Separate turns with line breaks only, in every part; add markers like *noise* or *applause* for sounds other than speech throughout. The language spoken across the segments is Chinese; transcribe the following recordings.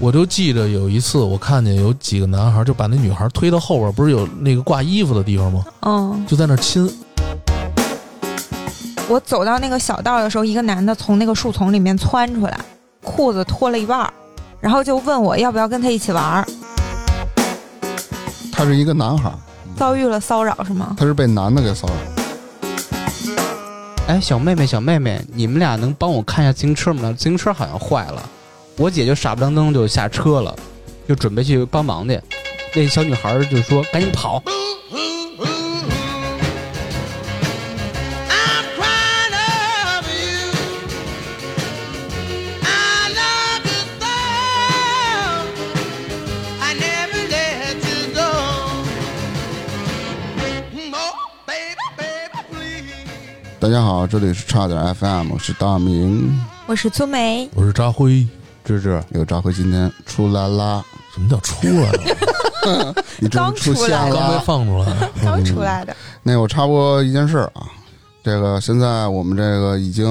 我就记着有一次，我看见有几个男孩就把那女孩推到后边，不是有那个挂衣服的地方吗？
嗯，
就在那儿亲。
我走到那个小道的时候，一个男的从那个树丛里面窜出来，裤子脱了一半儿，然后就问我要不要跟他一起玩儿。
他是一个男孩儿，
遭遇了骚扰是吗？
他是被男的给骚扰。
哎，小妹妹，小妹妹，你们俩能帮我看一下自行车吗？自行车好像坏了，我姐就傻不愣登就下车了，就准备去帮忙去。那小女孩儿就说：“赶紧跑
I'm crying over you. I love you so. I never let you go. Oh, baby, baby, please.
大家好，这里是差点 FM，我是大明，
我是尊梅，
我是扎辉，
芝芝有扎辉今天出来啦，
什么叫出来
*laughs*
了？
你终于出现
刚出来
刚被
了。
放出来，
嗯
刚出来的，
那我插播一件事儿啊，这个现在我们这个已经，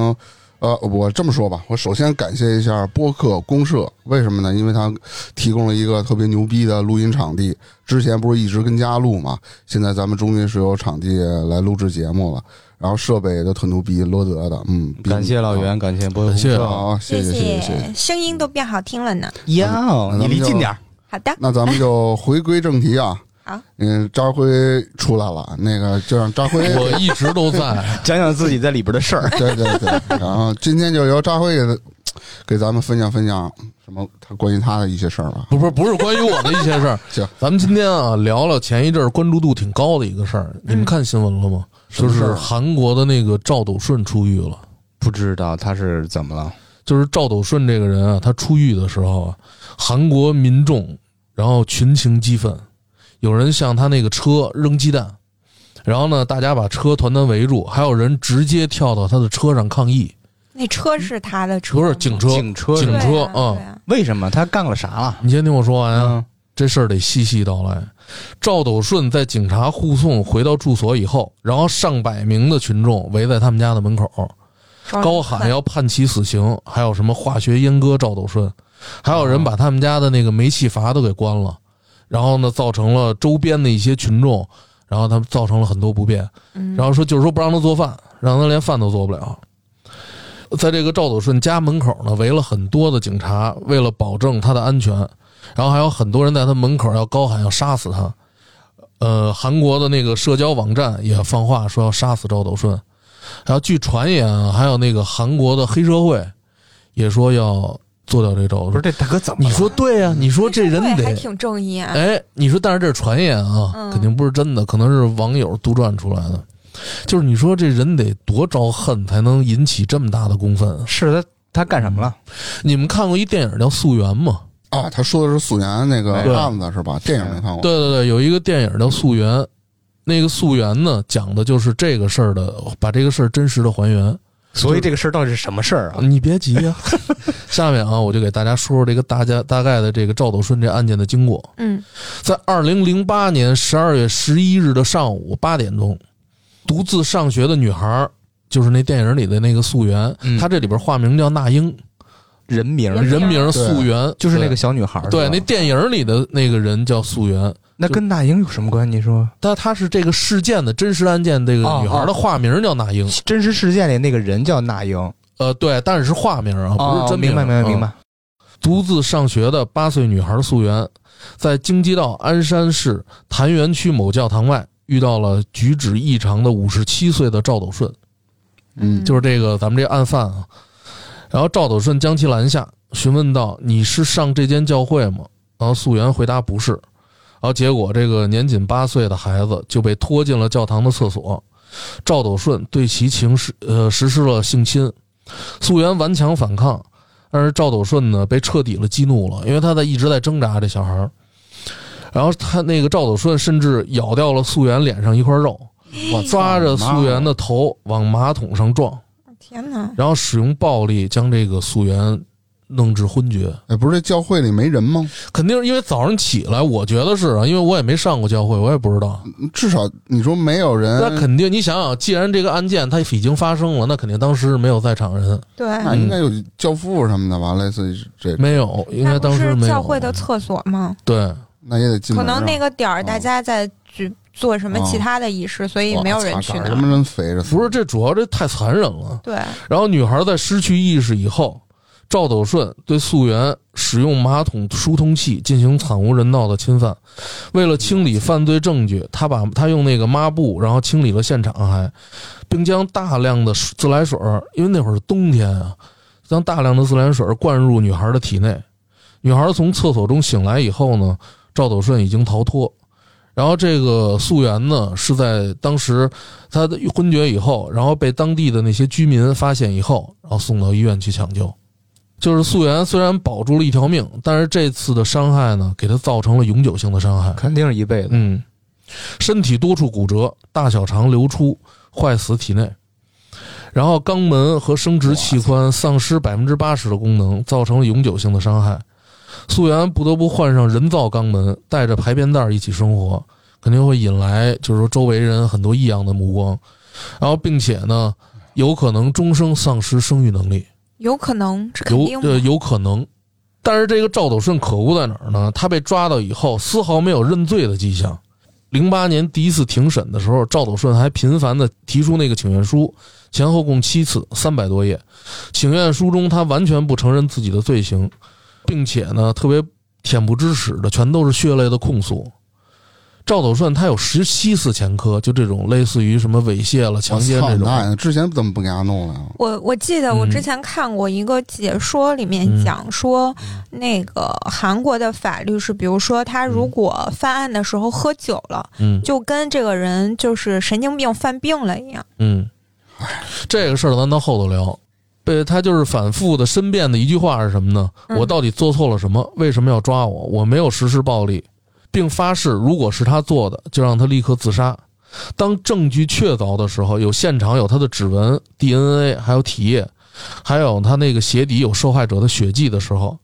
呃，我这么说吧，我首先感谢一下播客公社，为什么呢？因为它提供了一个特别牛逼的录音场地。之前不是一直跟家录嘛，现在咱们终于是有场地来录制节目了，然后设备也都特牛逼，罗德的，嗯，！”比
感谢老袁，感谢啊波波。
感谢
好，好，谢谢谢谢。
啊谢，声音都变好听了呢。
哟，哦你离近点儿。
好的，
那咱们就回归正题啊。
*laughs* 好，
嗯，扎辉出来了，那个就让扎辉，
我一直都在。
*laughs* 讲讲自己在里边的事儿。
对对对，然后今天就由扎辉给他给咱们分享分享什么他关于他的一些事儿吧。
不不不是关于我的一些事儿。
*laughs* 行，
咱们今天啊聊了前一阵儿关注度挺高的一个事儿，你们看新闻了吗？
嗯什
就
么事儿
是韩国的那个赵斗顺出狱了。
*laughs* 不知道他是怎么了？
就是赵斗顺这个人啊，他出狱的时候啊，韩国民众然后群情激愤，有人向他那个车扔鸡蛋，然后呢，大家把车团团围住，还有人直接跳到他的车上抗议，
那车是他的车
不
吗，
是警车。
哦警车是
警
吗
车
对啊
嗯
对啊
为什么他干了啥了？
你先听我说完啊。
嗯，
这事儿得细细道来。赵斗顺在警察护送回到住所以后，然后上百名的群众围在他们家的门口，
嗯
高喊要判其死刑，还有什么化学阉割赵斗顺，还有人把他们家的那个煤气阀都给关了，然后呢，造成了周边的一些群众，然后他们造成了很多不便，
嗯
然后说就是说不让他做饭，让他连饭都做不了。在这个赵斗顺家门口呢，围了很多的警察，为了保证他的安全，然后还有很多人在他门口要高喊要杀死他。呃，韩国的那个社交网站也放话说要杀死赵斗顺，然后据传言啊，还有那个韩国的黑社会也说要做掉这赵斗
不是
顺。
这大哥怎么了？
你说对呀、你说这人
嗯社会还
得
挺正义啊，
哎，你说，但是这是传言啊，
嗯
肯定不是真的，可能是网友杜撰出来的。就是你说这人得多招恨才能引起这么大的公愤啊？
是他他干什么了？
你们看过一电影叫《溯源》吗？
啊，他说的是溯源那个
对
案子是吧？电影没看过，
对对对，有一个电影叫《溯源》，那个《溯源》呢，讲的就是这个事儿的，把这个事儿真实的还原。
所以这个事儿到底是什么事儿啊？
你别急
*laughs*
呀、下面啊，我就给大家说说这个大家大概的这个赵斗顺这案件的经过。
嗯，
在二零零八年十二月十一日的上午八点钟，独自上学的女孩儿，就是那电影里的那个素媛，
嗯
她这里边化名叫那英，
人名
人
人名素媛，
就是那个小女孩儿。
对
是吧
那电影里的那个人叫素媛，
那跟那英有什么关系？你说
但她是这个事件的真实案件，这个
哦
女孩的化名叫那英，
真实事件里那个人叫那英，
呃，对，但是是化名啊，不
哦
是真名。
明白明白明
嗯
白。
独自上学的八岁女孩素媛，在京畿道鞍山市檀园区某教堂外遇到了举止异常的五十七岁的赵斗顺，
嗯，
就是这个咱们这案犯啊。然后赵斗顺将其拦下，询问道：“你是上这间教会吗？”然后素媛回答：“不是。”然后结果这个年仅八岁的孩子就被拖进了教堂的厕所。赵斗顺对其情实呃实施了性侵，素媛顽强反抗，但是赵斗顺呢被彻底了激怒了，因为他在一直在挣扎这小孩儿。然后他那个赵斗顺甚至咬掉了素媛脸上一块肉，
我
抓着素媛的头往马桶上撞。
天哪，
然后使用暴力将这个素媛弄至昏厥。
哎，不是这教会里没人吗？
肯定是因为早上起来，我觉得是啊，因为我也没上过教会，我也不知道。
至少你说没有人，
那肯定，你想想，既然这个案件它已经发生了，那肯定当时没有在场人，
对，
那应该有教父什么的吧，类似于这，
没有，应该
那不
当时
是
没有。
教会的厕所吗？
对，
那也得进
可
门啊。
能那个点儿大家在举做什么
哦
其他的仪式，所以
哇
没有人
擦
去
杆儿
那
他妈
儿。
真肥着，
不是这主要这太残忍了。
对，
然后女孩在失去意识以后，赵斗顺对溯源使用马桶疏通器进行惨无人道的侵犯。为了清理犯罪证据，他把他用那个抹布，然后清理了现场还，并将大量的自来水儿，因为那会儿是冬天啊，将大量的自来水儿灌入女孩的体内。女孩从厕所中醒来以后呢，赵斗顺已经逃脱。然后这个溯源呢，是在当时他的昏厥以后，然后被当地的那些居民发现以后，然后送到医院去抢救。就是溯源虽然保住了一条命，但是这次的伤害呢，给他造成了永久性的伤害。
肯定是一辈子。
嗯，身体多处骨折，大小肠流出，坏死体内，然后肛门和生殖器官丧失百分之八十的功能，造成了永久性的伤害。素媛不得不换上人造肛门，带着排便袋一起生活，肯定会引来就是说周围人很多异样的目光，然后并且呢，有可能终生丧失生育能力。
有可能是肯
有
定
呃
的。
有可能，但是这个赵斗顺可恶在哪儿呢？他被抓到以后，丝毫没有认罪的迹象。零八年第一次庭审的时候，赵斗顺还频繁的提出那个请愿书，前后共七次，三百多页。请愿书中，他完全不承认自己的罪行，并且呢，特别恬不知耻的，全都是血泪的控诉。赵斗顺他有十七次前科，就这种类似于什么猥亵了、强奸
我操
这种。
那之前怎么不给他弄了？
我我记得我
嗯
之前看过一个解说，里面
嗯
讲说，那个韩国的法律是，比如说他如果犯案的时候喝酒了，
嗯
就跟这个人就是神经病犯病了一样。
嗯， *laughs* 这个事儿咱到后头聊。被他就是反复的申辩的一句话是什么呢？
嗯
我到底做错了什么？为什么要抓我？我没有实施暴力，并发誓，如果是他做的，就让他立刻自杀。当证据确凿的时候，有现场有他的指纹、DNA，还有体液，还有他那个鞋底有受害者的血迹的时候，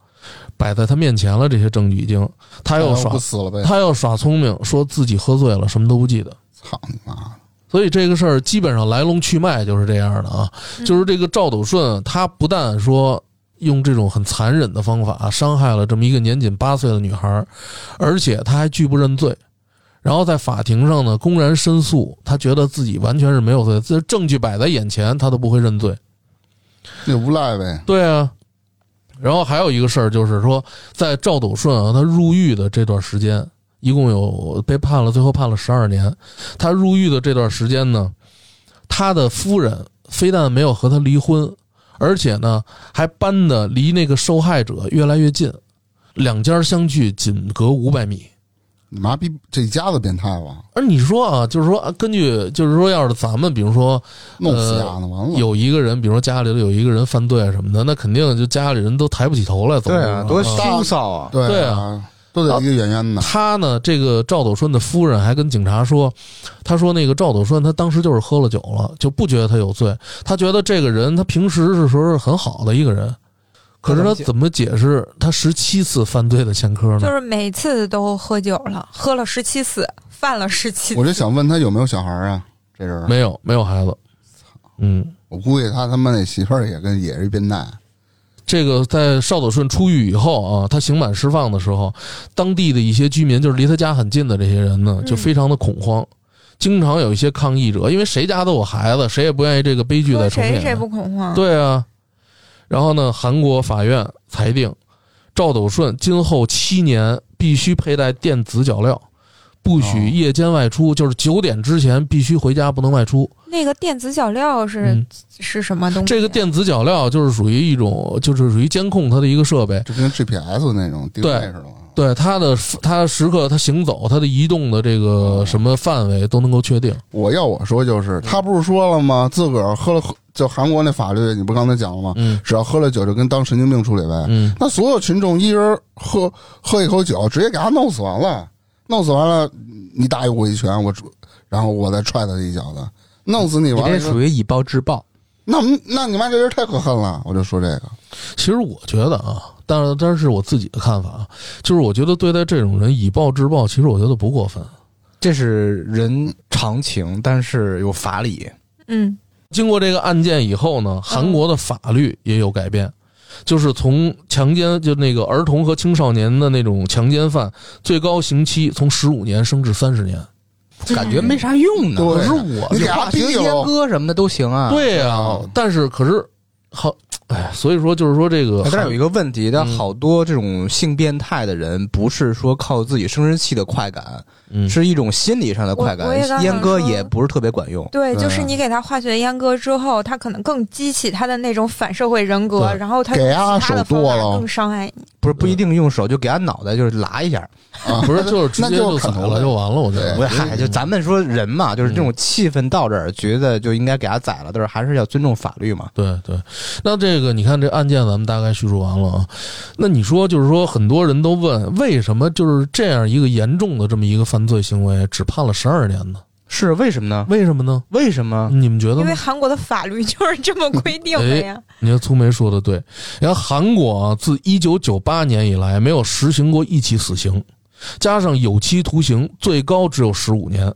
摆在他面前了。这些证据已经，他又耍
哎不死了呗？
他又耍聪明，说自己喝醉了，什么都不记得。
操你妈的！
所以这个事儿基本上来龙去脉就是这样的啊，就是这个赵斗顺他不但说用这种很残忍的方法伤害了这么一个年仅八岁的女孩，而且他还拒不认罪，然后在法庭上呢公然申诉，他觉得自己完全是没有罪，这证据摆在眼前他都不会认罪。
那无赖呗，
对啊，然后还有一个事儿就是说，在赵斗顺啊他入狱的这段时间，一共有被判了，最后判了十二年。他入狱的这段时间呢，他的夫人非但没有和他离婚，而且呢还搬的离那个受害者越来越近，两家相距仅隔五百米。
你妈逼这一家子变态吧？
而你说啊，就是说，啊根据就是说，要是咱们比如说
弄死丫的，完
呃
了。
有一个人，比如说家里头有一个人犯罪什么的，那肯定就家里人都抬不起头来，怎么着
多
啊
嗯
羞臊啊！
对
对啊
啊，都得一个圆圆的。
他呢，这个赵斗顺的夫人还跟警察说，他说那个赵斗顺他当时就是喝了酒了，就不觉得他有罪，他觉得这个人他平时是时候是很好的一个人，可是他怎么解释他十七次犯罪的前科
就
呢？
是每次都喝酒了，喝了十七次，犯了十七
我。就想问他有没有小孩啊？这人，
没有，没有孩子。嗯，
我估计他他妈那媳妇儿也跟也是一变态。
这个在邵斗顺出狱以后啊，他刑满释放的时候，当地的一些居民，就是离他家很近的这些人
嗯
呢，就非常的恐慌，经常有一些抗议者，因为谁家都有孩子，谁也不愿意这个悲剧
说
再重
谁
演。
谁不恐慌？
对啊，然后呢，韩国法院裁定赵斗顺今后七年必须佩戴电子脚镣，不许
哦
夜间外出，就是九点之前必须回家，不能外出。
那个电子脚镣是、
嗯
是什么东西？啊
这个电子脚镣就是属于一种，就是属于监控它的一个设备。
就跟 GPS 那种定位似的嘛。
对它的，它时刻它行走，它的移动的这
哦
个什么范围都能够确定。
我要我说就是，他不是说了吗？自个儿喝了，就韩国那法律，你不刚才讲了吗？
嗯
只要喝了酒就跟当神经病处理呗。
嗯，
那所有群众一人喝喝一口酒，直接给他弄死完了，弄死完了，你打我一拳，我然后我再踹他一脚的，弄死你
你
完
这
了以后，
属于以暴制暴，
那那你妈这人太可恨了，我就说这个，
其实我觉得啊，但是但是我自己的看法啊，就是我觉得对待这种人以暴制暴，其实我觉得不过分。
这是人常情，但是有法理。
嗯
经过这个案件以后呢，韩国的法律也有改变，就是从强奸就那个儿童和青少年的那种强奸犯，最高刑期从十五年升至三十年。
感觉没啥用呢。
对
可是我
你给
有
他
话题
毙了
阉割什么的都行啊。
对呀、但是可是好，哎，所以说就是说这个
哎，但是有一个问题，但
嗯
好多这种性变态的人，不是说靠自己生殖器的快感，
嗯
是一种心理上的快感
我我也。刚想
阉割
说
也不是特别管用，。
嗯
对，
对
就是你给他化学阉割之后，他可能更激起他的那种反社会人格，
对
然后他
给
用
啊
其他的
手
方
剁
法
了
更伤害你。
不是不一定用手，就给他脑袋就是拉一下。
啊，
不是就是直
那
接
就
宰
砍头
了就完了，我觉
我
得。
嗨，就咱们说人嘛，就是这
嗯
种气氛到这儿，觉得就应该给他宰了，但是还是要尊重法律嘛。
对对，那这个你看这案件咱们大概叙述完了啊，那你说就是说很多人都问为什么就是这样一个严重的这么一个犯罪行为只判了十二年呢？
是为什么呢？
为什么呢？
为什么？
你们觉得
因
呢
为？韩国的法律就是这么规定的呀。
你看粗梅说的对，然后韩国啊，自一九九八年以来没有实行过一起死刑，加上有期徒刑，最高只有十五年，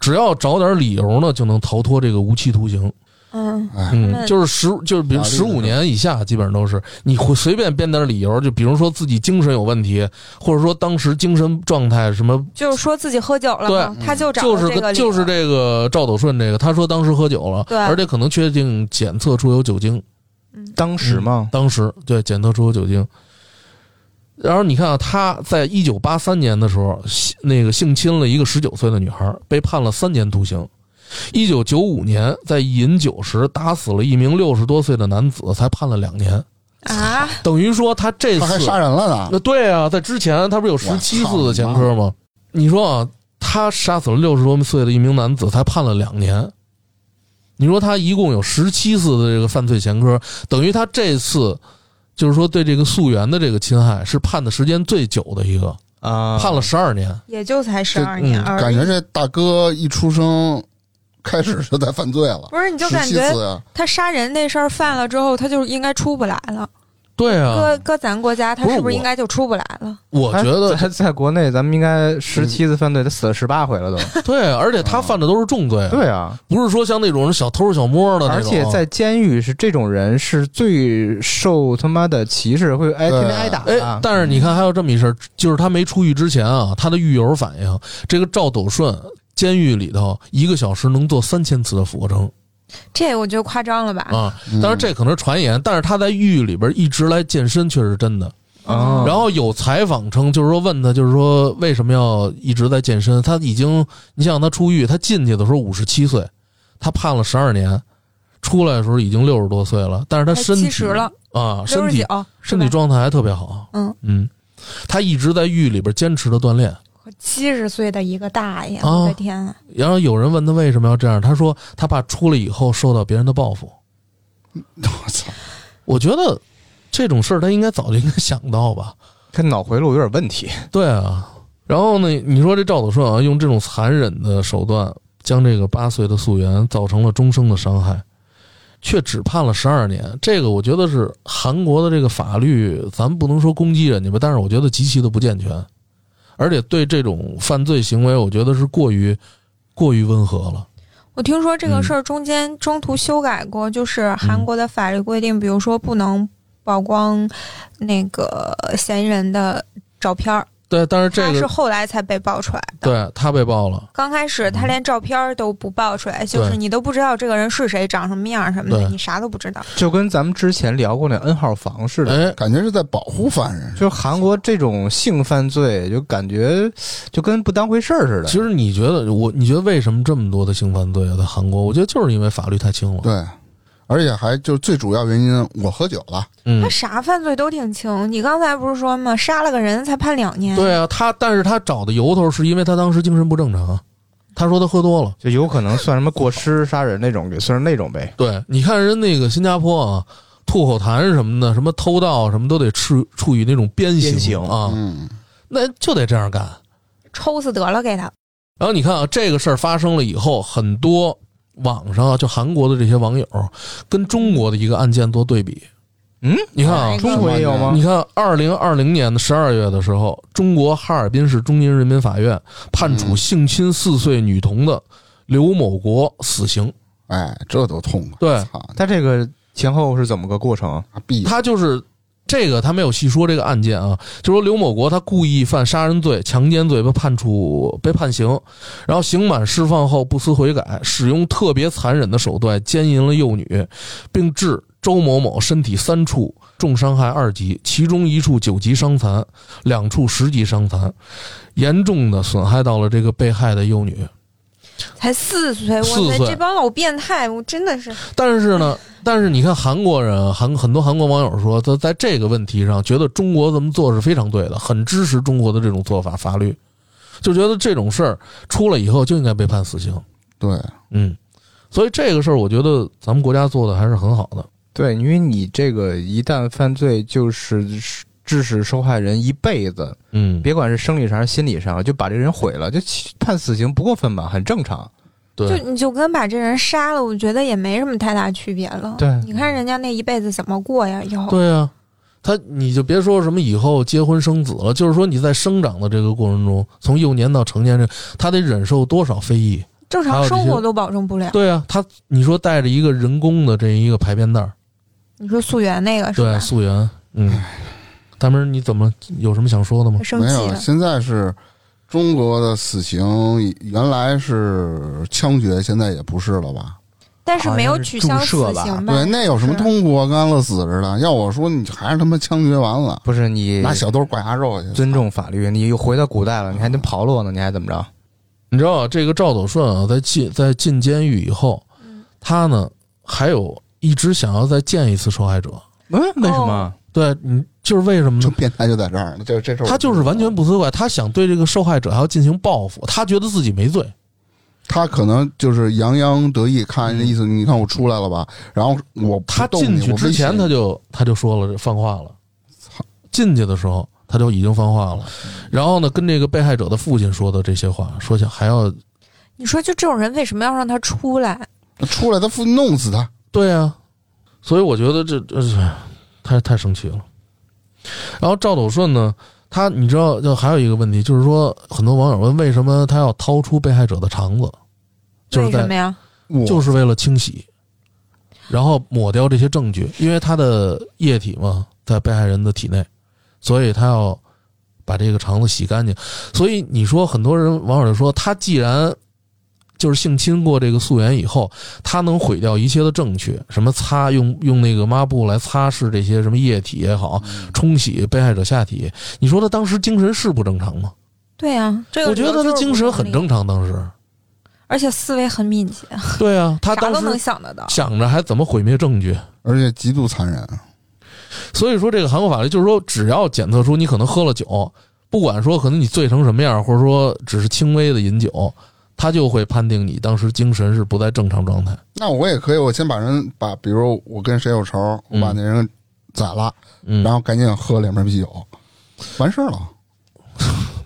只要找点理由呢，就能逃脱这个无期徒刑。
嗯，
嗯，
那
就是十，就是比如
法律
十
的
五
是吧
年以下，基本上都是你会随便编点理由，就比如说自己精神有问题，或者说当时精神状态什么，
就是说自己喝酒了嘛，他就找
就
了
是
这个
跟
理由
就是这个赵斗顺这个，他说当时喝酒了，
对
而且可能确定检测出有酒精，
当时嘛，
当时对检测出有酒精。然后你看啊，他在一九八三年的时候，性那个性侵了一个十九岁的女孩，被判了三年徒刑。一九九五年，在饮酒时打死了一名六十多岁的男子，才判了两年。
啊，
等于说他这
他还
次
杀人了
那
呢，
对啊，在之前他不是有十七次的前科吗？你说啊，他杀死了六十多岁的一名男子，才判了两年。你说他一共有十七次的这个犯罪前科，等于他这次就是说对这个溯源的这个侵害是判的时间最久的一个，
啊，
嗯判了十二年。
也就才十二
这
年
嗯
而
感
已。
觉这大哥一出生开始就在犯罪了，
不是，你就
十
感
七
觉
次呀， *laughs*
他杀人那事儿犯了之后，他就应该出不来了。
对啊
搁，搁咱国家，他
不是
是不是
我
应该就出不来了？
我觉得
哎
嗯
在在国内，咱们应该十七次犯罪，他死了十八回了都。
对啊，而且他犯的都是重罪，*laughs*
对啊，
不是说像那种小偷小摸的那
而
种。啊
且在监狱是这种人是最受他妈的歧视，会挨
对
天天挨打啊
哎
的，。
但是你看，还有这么一事儿，就是他没出狱之前啊，他的狱友反映，这个赵斗顺监狱里头一个小时能做三千次的俯卧撑
这我觉得夸张了吧？
啊。当然这可能是传言，但是他在狱里边一直来健身，却是真的。
啊
然后有采访称，就是说问他，就是说为什么要一直在健身？他已经，你想他出狱，他进去的时候五十七岁，他判了十二年，出来的时候已经六十多岁了，但是他
哎
身体
70了
啊，身
六十
体
九，
身体状态还特别好，
嗯
嗯，他一直在狱里边坚持的锻炼。
七十岁的一个大爷，
啊
我的天啊！
然后有人问他为什么要这样，他说他怕出来以后受到别人的报复。
我操，
我觉得这种事儿他应该早就应该想到吧？
他脑回路有点问题。
对啊。然后呢，你说这赵子顺啊，用这种残忍的手段将这个八岁的溯源造成了终生的伤害，却只判了十二年。这个我觉得是韩国的这个法律，咱不能说攻击人家吧，但是我觉得极其的不健全，而且对这种犯罪行为，我觉得是过于过于温和了。
我听说这
嗯
个事儿中间中途修改过，就是韩国的法律规定，比如说不能曝光那个嫌疑人的照片儿，
对，但是这
他
个
是后来才被爆出来的。
对他被爆了，
刚开始他连照片儿都不爆出来，就是
嗯对
你都不知道这个人是谁、长什么样儿什么的，
对
你啥都不知道。
就跟咱们之前聊过那 N 号房似的，
哎，
感觉是在保护犯人，
就是韩国这种性犯罪，就感觉就跟不当回事儿似的。
其实你觉得我，你觉得为什么这么多的性犯罪啊，在韩国？我觉得就是因为法律太轻了。
对，而且还就是最主要原因，我喝酒了，
嗯
他，啥犯罪都挺轻，你刚才不是说吗？杀了个人才判两
嗯
年，
对啊，他但是他找的由头是因为他当时精神不正常啊，他说他喝多了。
就有可能算什么过失杀人那种，给算是那种呗。
对，你看人那个新加坡啊，吐口痰什么的，什么偷盗什么都得处处以那种鞭刑
鞭刑
啊，
嗯，
那就得这样干。
抽死得了给他。
然后你看啊，这个事儿发生了以后，很多网上啊，就韩国的这些网友跟中国的一个案件做对比，
嗯，
你看
哪
啊
一，
中国也有吗
你？看，二零二零年的十二月的时候，中国哈尔滨市中级人民法院判处
嗯
性侵四岁女童的刘某国死刑。
哎，这多痛快！
对
操，
他这个前后是怎么个过程？
那必
他就是这个，他没有细说这个案件啊，就说刘某国他故意犯杀人罪、强奸罪被判处被判刑，然后刑满释放后不思悔改，使用特别残忍的手段奸淫了幼女，并致周某某身体三处重伤害二级，其中一处九级伤残，两处十级伤残，严重的损害到了这个被害的幼女。
才四岁，
四
我
岁
操，这帮老变态，我真的是
但是呢，但是你看韩国人，韩很多韩国网友说，他在这个问题上觉得中国这么做是非常对的，很支持中国的这种做法法律，就觉得这种事儿出了以后就应该被判死刑。
对，
嗯，所以这个事儿，我觉得咱们国家做的还是很好的。
对，因为你这个一旦犯罪，就是致使受害人一辈子，
嗯，
别管是生理上还是心理上，就把这人毁了，就起判死刑不过分吧，很正常。
就
对，
你就跟把这人杀了，我觉得也没什么太大区别了。
对
你看人家那一辈子怎么过呀？以后
对呀、啊他你就别说什么以后结婚生子了，就是说你在生长的这个过程中，从幼年到成年人，他得忍受多少非议？
正
还
常
有这些
生活都保证不了。
对呀、他你说带着一个人工的这一个排便袋儿，
你说溯源那个是
对，
吧？
溯源，嗯，大明儿，你怎么有什么想说的吗
他？生
没
气
有。
了，
现在是中国的死刑，原来是枪决，现在也不是了吧？
但是没有取消死
好像是注
刑吧？
对，那有什么
是
痛苦啊？跟安乐死似的。要我说，你还是他妈枪决完了，
不是你
拿小刀刮牙肉去。
尊重法律，你又回到古代了，你还能刨落呢，你还怎么着？
你知道啊这个赵斗顺啊，在进在进监狱以后，
嗯
他呢还有一直想要再见一次受害者。
嗯，为什么
哦？
对你就是为什么
这
呢？
变态就在这儿呢，这这事儿我
他就是完全不思悔，他想对这个受害者还要进行报复，他觉得自己没罪。
他可能就是洋洋得意，看那意思，你看我出来了吧？然后我
嗯
不
他
动
进
你
去
我
之
威胁
前
你
他就他就说了放话了，进去的时候他就已经放话了，然后呢跟这个被害者的父亲说的这些话，说想还要
你说就这种人为什么要让他出来？
出来，他父弄死他。
对啊，所以我觉得这这是太太生气了。然后赵斗顺呢，他你知道，就还有一个问题，就是说很多网友问为什么他要掏出被害者的肠子，就是
为什么
在
呀？
我
就是为了清洗，然后抹掉这些证据，因为他的液体嘛在被害人的体内，所以他要把这个肠子洗干净。所以你说很多人网友就说，他既然就是性侵过这个素媛以后，他能毁掉一切的证据，什么擦用用那个抹布来擦拭这些什么液体也好，冲洗被害者下体，你说他当时精神是不正常吗？
对呀、这个
我觉得他的精神很
理由就是不成
正
立，
常，当时。
而且思维很敏捷，
对啊，他
啥
当
都能
时
想得到。
想着还怎么毁灭证据。
而且极度残忍。
所以说，这个韩国法律就是说，只要检测出你可能喝了酒，不管说可能你醉成什么样，或者说只是轻微的饮酒，他就会判定你当时精神是不在正常状态。
那我也可以，我先把人把，比如我跟谁有仇，我把那人宰了，
嗯，
然后赶紧喝两瓶啤酒，完事
*laughs*
儿了，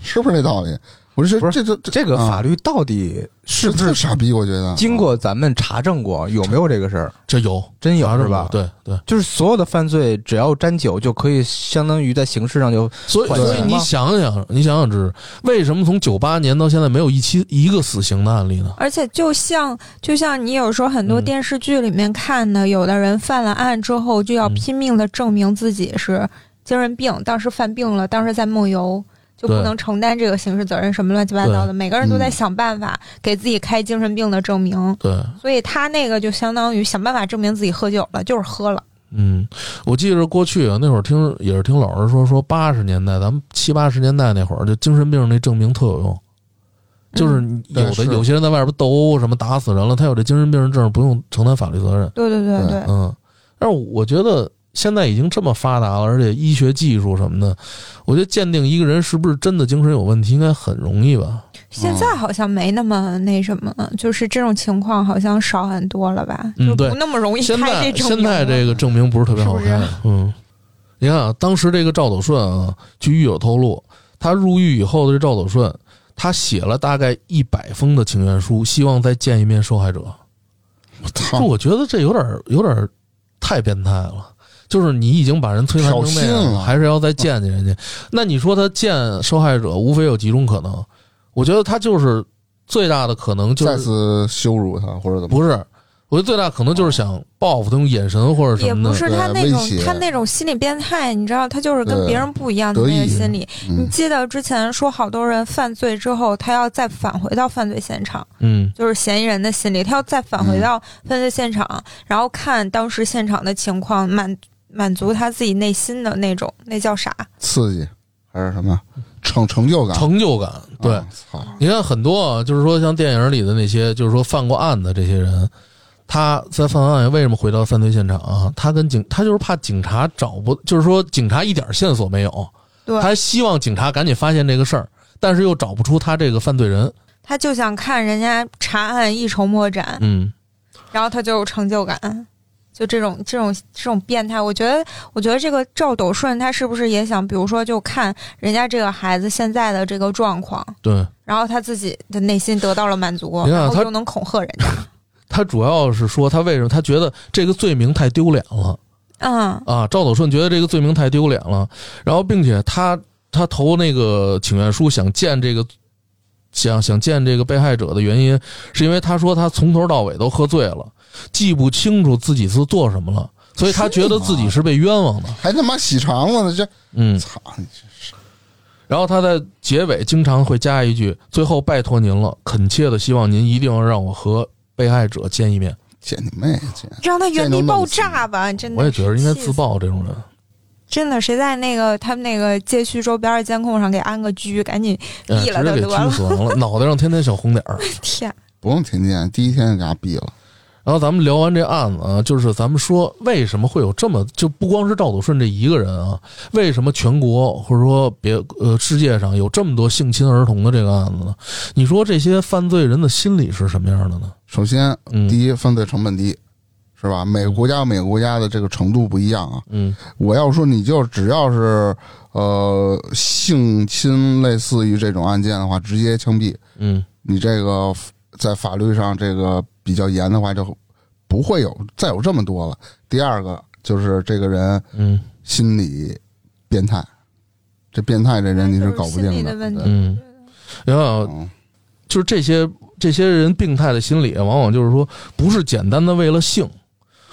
是不是这道理？我就说
不是
这这这
这啊个
啊
法律到底是不
这
是
傻逼？我觉得
经过咱们查证过有没有这个事儿？
这有
真有
查证
是吧？，
对对，
就是所有的犯罪只要沾酒就可以，相当于在刑事上就
所以
对
所以你想想，你想想，这是为什么从九八年到现在没有一期一个死刑的案例呢？
而且就像就像你有时候很多
嗯
电视剧里面看的，有的人犯了案之后就要
嗯
拼命的证明自己是精神病，当时犯病了，当时在梦游。就不
对
能承担这个刑事责任，什么乱七八糟的，每个人都在
嗯
想办法给自己开精神病的证明，
对，
所以他那个就相当于想办法证明自己喝酒了，就是喝了。
嗯，我记着过去啊，那会儿听也是听老师说，说八十年代，咱们七八十年代那会儿，就精神病那证明特有用，就是
嗯
你有
对
的、
是
有些人在外边斗殴什么打死人了，他有这精神病证不用承担法律责任。
对对对对，
嗯，但是我觉得现在已经这么发达了，而且医学技术什么的，我觉得鉴定一个人是不是真的精神有问题，应该很容易吧？
现在好像没那么那什么，就是这种情况好像少很多了吧，
嗯
就
对
不那么容易
现
开
在
这种。
现在这个证明不是特别好
是
开
不是，
嗯，你看啊，当时这个赵斗顺啊，据狱友透露，他入狱以后的这赵斗顺，他写了大概一百封的请愿书，希望再见一
啊
面受害者。
我
就
操，
我觉得这有点儿有点儿太变态了。就是你已经把人摧残成那
挑衅
样
了
还是要再见见人家。那你说他见受害者，无非有几种可能。我觉得他就是最大的可能就
再
是
次羞辱他或者怎么？
不是，我觉得最大可能就是想报复他，用眼神或者
也
什么
不
的。
是他
呃
那
威
种
胁
他那种心理变态，你知道，他就是跟
对
别人不一样的
得
那个
意
心理。你
嗯，
记得之前说，好多人犯罪之后，他要再返回到犯罪现场，
嗯，
就是嫌疑人的心理，他要再返回到犯罪现场，然后看当时现场的情况，满满足他自己内心的那种，那叫啥？
刺激还是什么成成就感？
成就感。对，
啊操、
你看很多啊，就是说像电影里的那些，就是说犯过案的这些人，他在犯案为什么回到犯罪现场啊？他跟警，他就是怕警察找不，就是说警察一点线索没有，
对，
他希望警察赶紧发现这个事儿，但是又找不出他这个犯罪人。
他就想看人家查案一筹莫展，
嗯，
然后他就有成就感。就这种这种这种变态，我觉得，我觉得这个赵斗顺他是不是也想，比如说，就看人家这个孩子现在的这个状况，
对，
然后他自己的内心得到了满足，
你看
然后
他
就能恐吓人家。
他主要是说他为什么他觉得这个罪名太丢脸了
嗯，
啊？赵斗顺觉得这个罪名太丢脸了，然后并且他他投那个请愿书想见这个。想想见这个被害者的原因，是因为他说他从头到尾都喝醉了，记不清楚自己是做什么了，所以他觉得自己是被冤枉的。
还他妈洗肠子呢！这
嗯，
操你这是
然后他在结尾经常会加一句：“最后拜托您了，恳切的希望您一定要让我和被害者见一面。
见你妹去！
让他原地爆炸吧，”真的。
我也觉得应该
气死
自。爆这种人。
真的，谁在那个他们那个街区周边的监控上给安个狙，赶紧
哎，
嗯毙
直
了
接
就
给
得了
狙。死亡
*laughs*
了，脑袋上天天小红点儿。
天，
不用听见，第一天就给他毙了。
然后咱们聊完这案子啊，就是咱们说为什么会有这么就不光是赵斗顺这一个人啊，为什么全国或者说别呃世界上有这么多性侵儿童的这个案子呢？你说这些犯罪人的心理是什么样的呢？
首先，
嗯
第一，犯罪成本低，是吧？每个国家有每个国家的这个程度不一样啊。
嗯
我要说，你就只要是呃性侵类似于这种案件的话，直接枪毙。
嗯
你这个在法律上这个比较严的话，就不会有再有这么多了。第二个就是这个人
嗯
心理变态，这变态这人你是搞不
就是心理
定
的问题
对
嗯，然后
嗯，
就是这些这些人病态的心理，往往就是说，不是简单的为了性，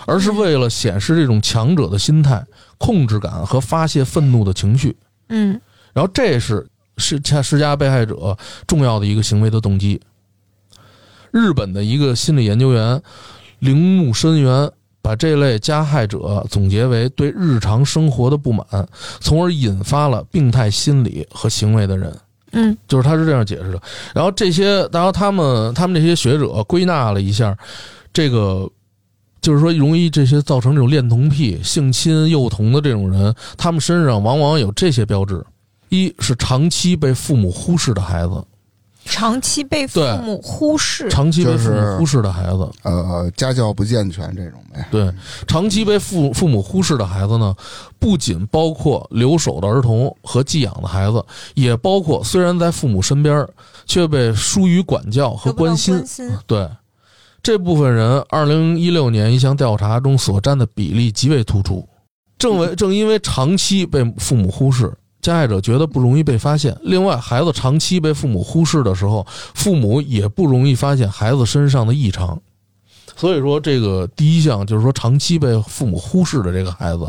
而是为了显示这种强者的心态、控制感和发泄愤怒的情绪。
嗯，
然后这是施加施加被害者重要的一个行为的动机。日本的一个心理研究员铃木伸元把这类加害者总结为对日常生活的不满，从而引发了病态心理和行为的人。
嗯，
就是他是这样解释的。然后这些，然后他们他们这些学者归纳了一下，这个就是说容易这些造成这种恋童癖、性侵幼童的这种人，他们身上往往有这些标志：一是长期被父母忽视的孩子，
长期被父
对
母忽视，
长期被父
就
母
是
忽视的孩子，
呃，家教不健全这
*laughs*
种呗。
对，长期被父父母忽视的孩子呢，不仅包括留守的儿童和寄养的孩子，也包括虽然在父母身边，却被疏于管教和
得不到
关心
关。心，
对，这部分人，二零一六年一项调查中所占的比例极为突出。正为正因为长期被父母忽视，加害者觉得不容易被发现。另外，孩子长期被父母忽视的时候，父母也不容易发现孩子身上的异常。所以说，这个第一项就是说，长期被父母忽视的这个孩子，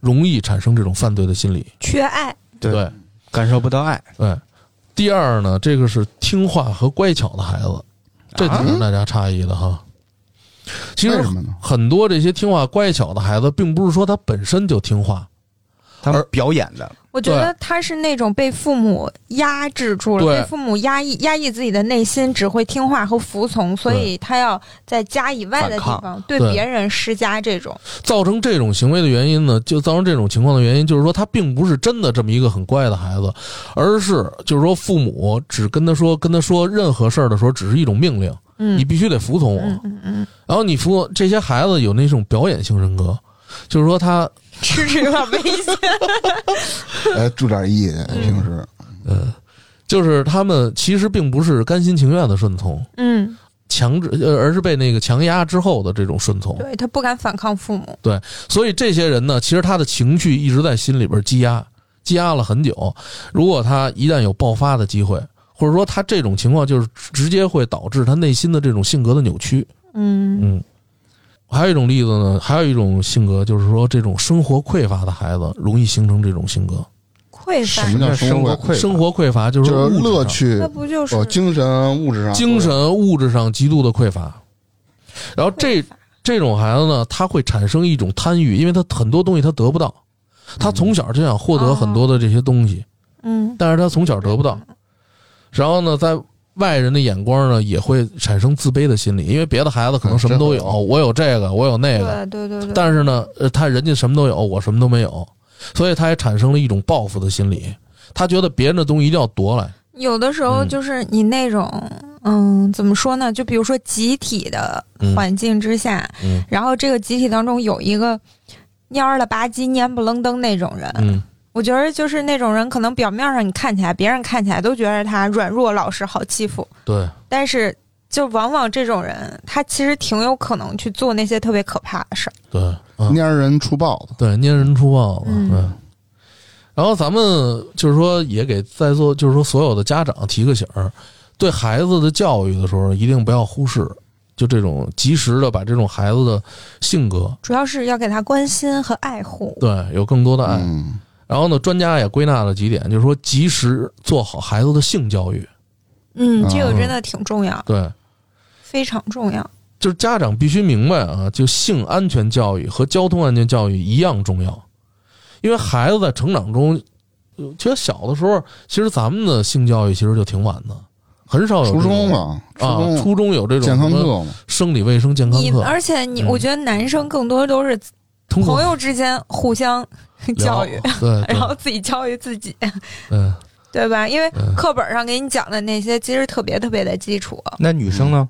容易产生这种犯罪的心理。
缺爱，
对
对
感受不到爱，
对。哎第二呢，这个是听话和乖巧的孩
啊
子，这挺让大家诧异的哈。其实
为什么呢？
很多这些听话乖巧的孩子，并不是说他本身就听话，
他们表演的，
我觉得他是那种被父母压制住了，
对
被父母压抑压抑自己的内心，只会听话和服从，所以他要在家以外的地
反
方对
对
别人施加这种。
造成这种行为的原因呢，就造成这种情况的原因，就是说他并不是真的这么一个很乖的孩子，而是就是说父母只跟他说跟他说任何事儿的时候，只是一种命令，
嗯
你必须得服从我。
嗯嗯嗯，
然后你服从这些孩子有那种表演性人格，就是说他
吃吃有点危险。
哎，注点意，平时
呃，就是他们其实并不是甘心情愿的顺从，
嗯，
强制，呃，而是被那个强压之后的这种顺从。
对他不敢反抗父母，
所以这些人呢，其实他的情绪一直在心里边积压，积压了很久。如果他一旦有爆发的机会，或者说他这种情况，就是直接会导致他内心的这种性格的扭曲。
嗯
嗯，还有一种例子呢，还有一种性格，就是说这种生活匮乏的孩子容易形成这种性格。
匮
什
乏
么，叫
嗯生活
活？
匮乏
生活匮乏就是
就是
物质上
乐趣
那不就是
哦，精神物质上
精神物质上极度的匮乏。然后这
匮乏
这种孩子呢，他会产生一种贪欲，因为他很多东西他得不到，他从小就想获得很多的这些东西，
嗯
但是他从小得不到。然后呢，在外人的眼光呢，也会产生自卑的心理，因为别的孩子可能什么都有，
嗯这
我有这个，我有那个，
对对对对，
但是呢，呃，他人家什么都有，我什么都没有，所以他也产生了一种报复的心理，他觉得别人的东西一定要夺来。
有的时候
嗯
就是你那种，嗯，怎么说呢？就比如说集体的
嗯
环境之下，
嗯
然后这个集体当中有一个蔫儿了吧唧、蔫不楞登那种人，
嗯，
我觉得就是那种人，可能表面上你看起来，别人看起来都觉得他软弱、老实、好欺负，
对，
但是就往往这种人，他其实挺有可能去做那些特别可怕的事儿。
对，嗯。
蔫儿人出豹子，
对，蔫人出豹子。
嗯
嗯。然后咱们就是说，也给在座就是说所有的家长提个醒儿，对孩子的教育的时候，一定不要忽视，就这种及时的把这种孩子的性格，
主要是要给他关心和爱护。
对，有更多的爱。
嗯，
然后呢，专家也归纳了几点，就是说及时做好孩子的性教育，
嗯，这个
嗯
真的挺重要，
对，
非常重要。
就是家长必须明白啊，就性安全教育和交通安全教育一样重要，因为孩子在成长中，呃其实小的时候，其实咱们的性教育其实就挺晚的，很少有
初
这种
中嘛，初
哦啊，
中
初中有这种
健康
什么
课嘛，
生理卫生健康
你
课，
而且你，
嗯
我觉得男生更多都是
通过
朋友之间互相 *laughs*
聊
教育，
对，对
*laughs*
嗯
然后自己教育自己， *laughs*
嗯
对吧？因为
嗯，
课本上给你讲的那些，其实特别特别的基础。
那女生呢？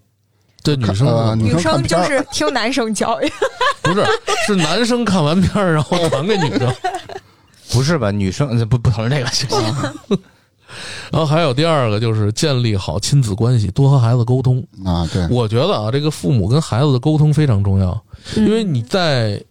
对女
看呃
生
女
女
生看
生
片
就
儿
是听男生教
*laughs*
育，
不是是男生看完片儿然后传给女生，
不是吧？女生呃不不讨论这个，行行
然后还有第二个就是建立好亲子关系，多和孩子沟通。
啊，对，
我觉得啊，这个父母跟孩子的沟通非常重要，
嗯
因为你在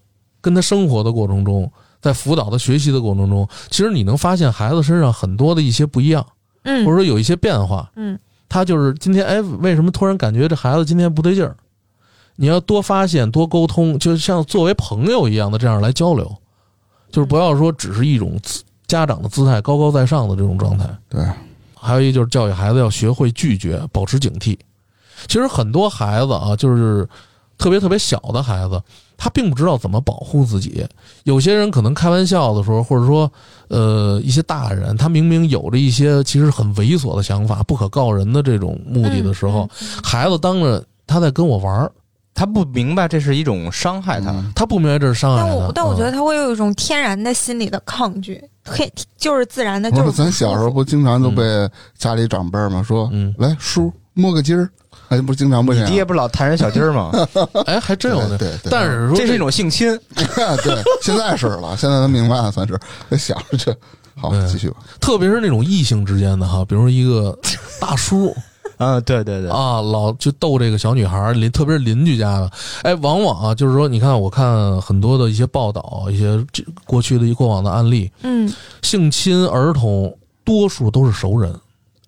跟他生活的过程中，在辅导他学习的过程中，其实你能发现孩子身上很多的一些不一样，
嗯
或者说有一些变化。
嗯，
他就是今天哎，为什么突然感觉这孩子今天不对劲儿？你要多发现、多沟通，就像作为朋友一样的这样来交流，就是不要说只是一种自家长的姿态高高在上的这种状态。
对，
还有一就是教育孩子要学会拒绝，保持警惕。其实很多孩子啊，就是特别特别小的孩子，他并不知道怎么保护自己。有些人可能开玩笑的时候，或者说呃一些大人，他明明有着一些其实很猥琐的想法、不可告人的这种目的的时
嗯
候，，孩子当着他在跟我玩儿，
她不明白这是一种伤害她。
嗯
他不明白这是伤害
但
他。
我但我觉得
嗯
他会有一种天然的心理的抗拒，可以就是自然的，
不
就是
咱小时候不经常都
嗯
被家里长辈儿嘛说，
嗯，
来叔摸个筋儿，哎，不是经常不
你
这
爹
样，
不老弹人小鸡儿吗？
哎，还真
对
有那，
对对，
但是说
这是一种性侵。
*laughs* 对，现在是了，现在他明白了，算是那小时候就好
嗯，
继续吧，
特别是那种异性之间的哈，比如说一个大叔，
嗯，对对对，
啊，老就逗这个小女孩儿，邻特别是邻居家的，哎，往往啊，就是说，你看，我看很多的一些报道，一些这过去的一过往的案例，
嗯，
性侵儿童多数都是熟人，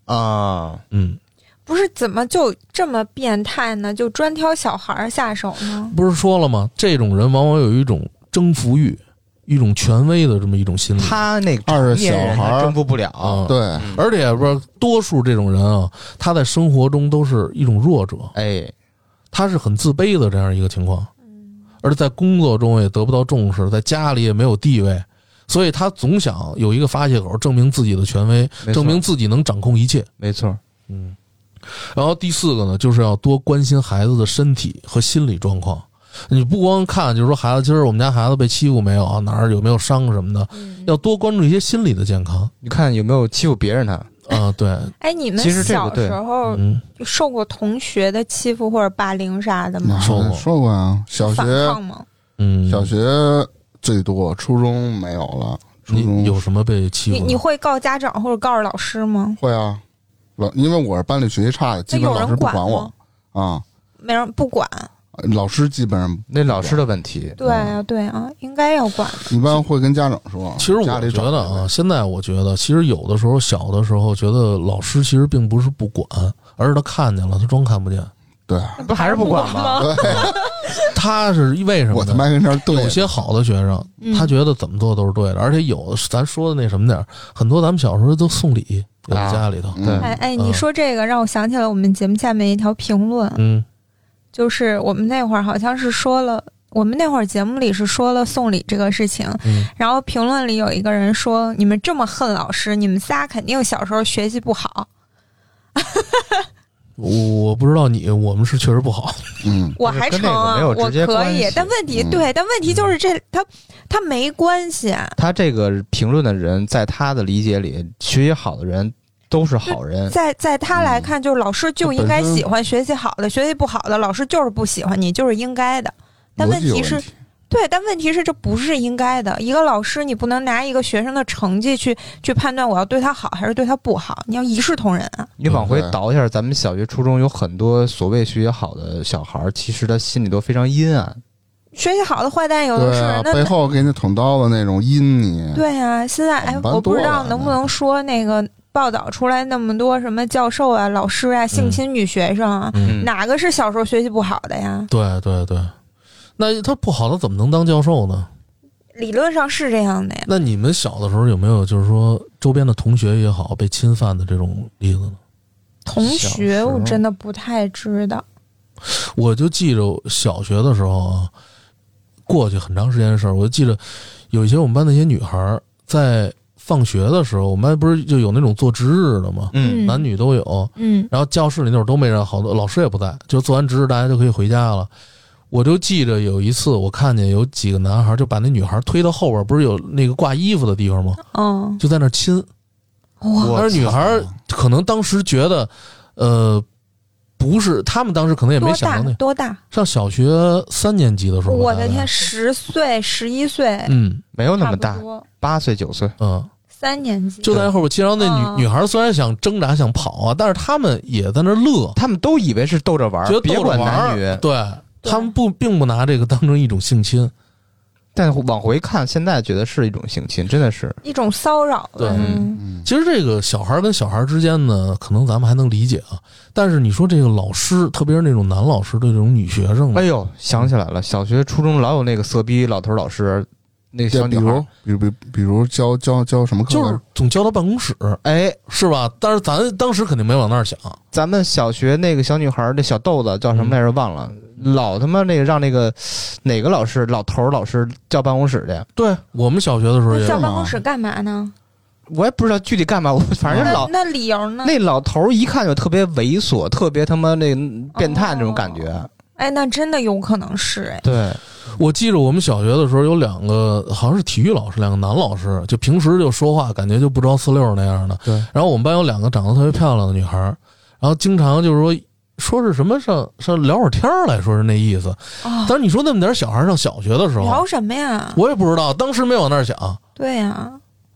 啊，
嗯，
不是怎么就这么变态呢？就专挑小孩儿下手呢？
不是说了吗？这种人往往有一种征服欲，一种权威的这么一种心理，
她那个
二是
成年人
小孩
她
儿
征服不了
啊。
对，
而且不是多数这种人啊，他在生活中都是一种弱者，
哎，
他是很自卑的这样一个情况，而在工作中也得不到重视，在家里也没有地位，所以他总想有一个发泄口，证明自己的权威，
没错
证明自己能掌控一切。
没错，
嗯，然后第四个呢，就是要多关心孩子的身体和心理状况。你不光看，就是说孩子，今儿我们家孩子被欺负没有啊？哪儿有没有伤什么的？要多关注一些心理的健康
你看有没有欺负别人她？
啊、对，
哎，你们
其实这个
小
对
时候
嗯，
受过同学的欺负或者霸凌啥的吗？
嗯说过
说过啊，小
反
学
抗吗？
嗯，
小学最多，初中没有了，初中
你有什么被欺
你
负的？
你会告家长或者告诉老师吗？
会啊，老因为我是班里学习差的，
那
基本
有
老师
人
不
管
管我
吗？
啊，
没人不管。
老师基本上
那老师的问题，
对啊，
嗯
对啊，应该要管。
一般会跟家长说。
其实我
家里
觉
找
得啊，现在我觉得，其实有的时候小的时候觉得老师其实并不是不管，而是他看见了，他装看不见。
对，
不还是不
*laughs*
管吗？
嗯
*laughs*
对，
他是为什么呢？
我他妈跟这儿对
有些好的学生，
嗯
他觉得怎么做都是对的，而且有的咱说的那什么点儿，很多咱们小时候都送礼，有的
啊
家里头，
嗯
对
哎哎，
嗯
你说这个让我想起来我们节目下面一条评论，
嗯
就是我们那会儿好像是说了，我们那会儿节目里是说了送礼这个事情，
嗯，
然后评论里有一个人说：“你们这么恨老师，你们仨肯定小时候学习不好。
我我不知道你，我们是确实不好， *laughs*
嗯”
我还
跟
成
这个
啊
没，有
我
直接
可
关
以
系，
但问题
嗯
对，但问题就是这他他没关系啊，
他这个评论的人，在他的理解里，学习好的人都是好
嗯
人。
在在他来看，就是老师就应该喜欢学习好的，学习不好的老师就是不喜欢你，就是应该的。但
逻
问
辑有
题是，对，但问题是这不是应该的。一个老师，你不能拿一个学生的成绩去去判断我要对他好还是对他不好，你要一视同仁啊。
你往回
对
倒一下，咱们小学、初中有很多所谓学习好的小孩儿，其实他心里都非常阴暗。
学习好的坏蛋有的
对
是，
啊，
那
背后给你捅刀子那种阴你，
对啊，现在哎
很，蛮
我不知
多
道
的嗯
能不能说那个报道出来那么多什么教授啊、老师啊
嗯
性侵女学生啊，
嗯，
哪个是小时候学习不好的呀？
对对对，那他不好，他怎么能当教授呢？
理论上是这样的呀。
那你们小的时候有没有就是说周边的同学也好被侵犯的这种例子呢？
同
小时
学
候
我真的不太知道，
我就记着小学的时候啊，过去很长时间的事儿，我就记着有一些我们班那些女孩儿在放学的时候，我们班不是就有那种做值日的吗？
嗯
男女都有。
嗯，
然后教室里那会儿都没人，好多老师也不在，就做完值日大家就可以回家了。我就记着有一次，我看见有几个男孩儿就把那女孩儿推到后边儿，不是有那个挂衣服的地方吗？
哦，
就在那儿亲。
哇，
但是女孩儿可能当时觉得，呃，不是，他们当时可能也没
多
想
大
到那
多大？
上小学三年级的时候，
我
大
的
概
天，，十岁、十一岁，
嗯
没有那
差
么
不
大，
多
八岁九岁，
嗯，
三年级，
就在后边。其实那女、
嗯
女孩儿虽然想挣扎想跑啊，但是他们也在那儿乐，
他们都以为是逗着玩
觉得
儿，别
逗着
管
玩
男
儿
女。
对
对
他们不并不拿这个当成一种性侵，
但往回看，现在觉得是一种性侵，真的是。
一种骚扰吧，
对
嗯
嗯，
其实这个小孩儿跟小孩儿之间呢，可能咱们还能理解啊。但是你说这个老师，特别是那种男老师对这种女学生呢，
哎呦，想起来了，小学、初中老有那个色逼老头儿老师，那个小
就比
女孩
如
儿，
比如比如比如教教教什么课
就
来着，
是总教到办公室，
哎，
是吧？但是咱当时肯定没往那儿想，
咱们小学那个小女孩儿，那小豆子叫什么来
嗯
着？忘了，老他妈那个让那个哪个老师，老头儿老师叫办公室去，
对我们小学的时候也
那
有
上
吗
办公室干嘛呢？
我也不知道具体干嘛，我 *laughs* 反正
那
老
那理由呢？
那老头儿一看就特别猥琐，特别他妈那变态那种感觉。
哎，那真的有可能是哎，
对，
我记着我们小学的时候有两个，好像是体育老师，两个男老师，就平时就说话感觉就不着四六那样的。
对。
然后我们班有两个长得特别漂亮的女孩儿，然后经常就是说说是什么上上聊会儿天儿来说是那意思。
啊
但，是你说那么点儿小孩儿上小学的时
聊
候，
什么呀？
我也不知道，当时没往那儿想。
对呀、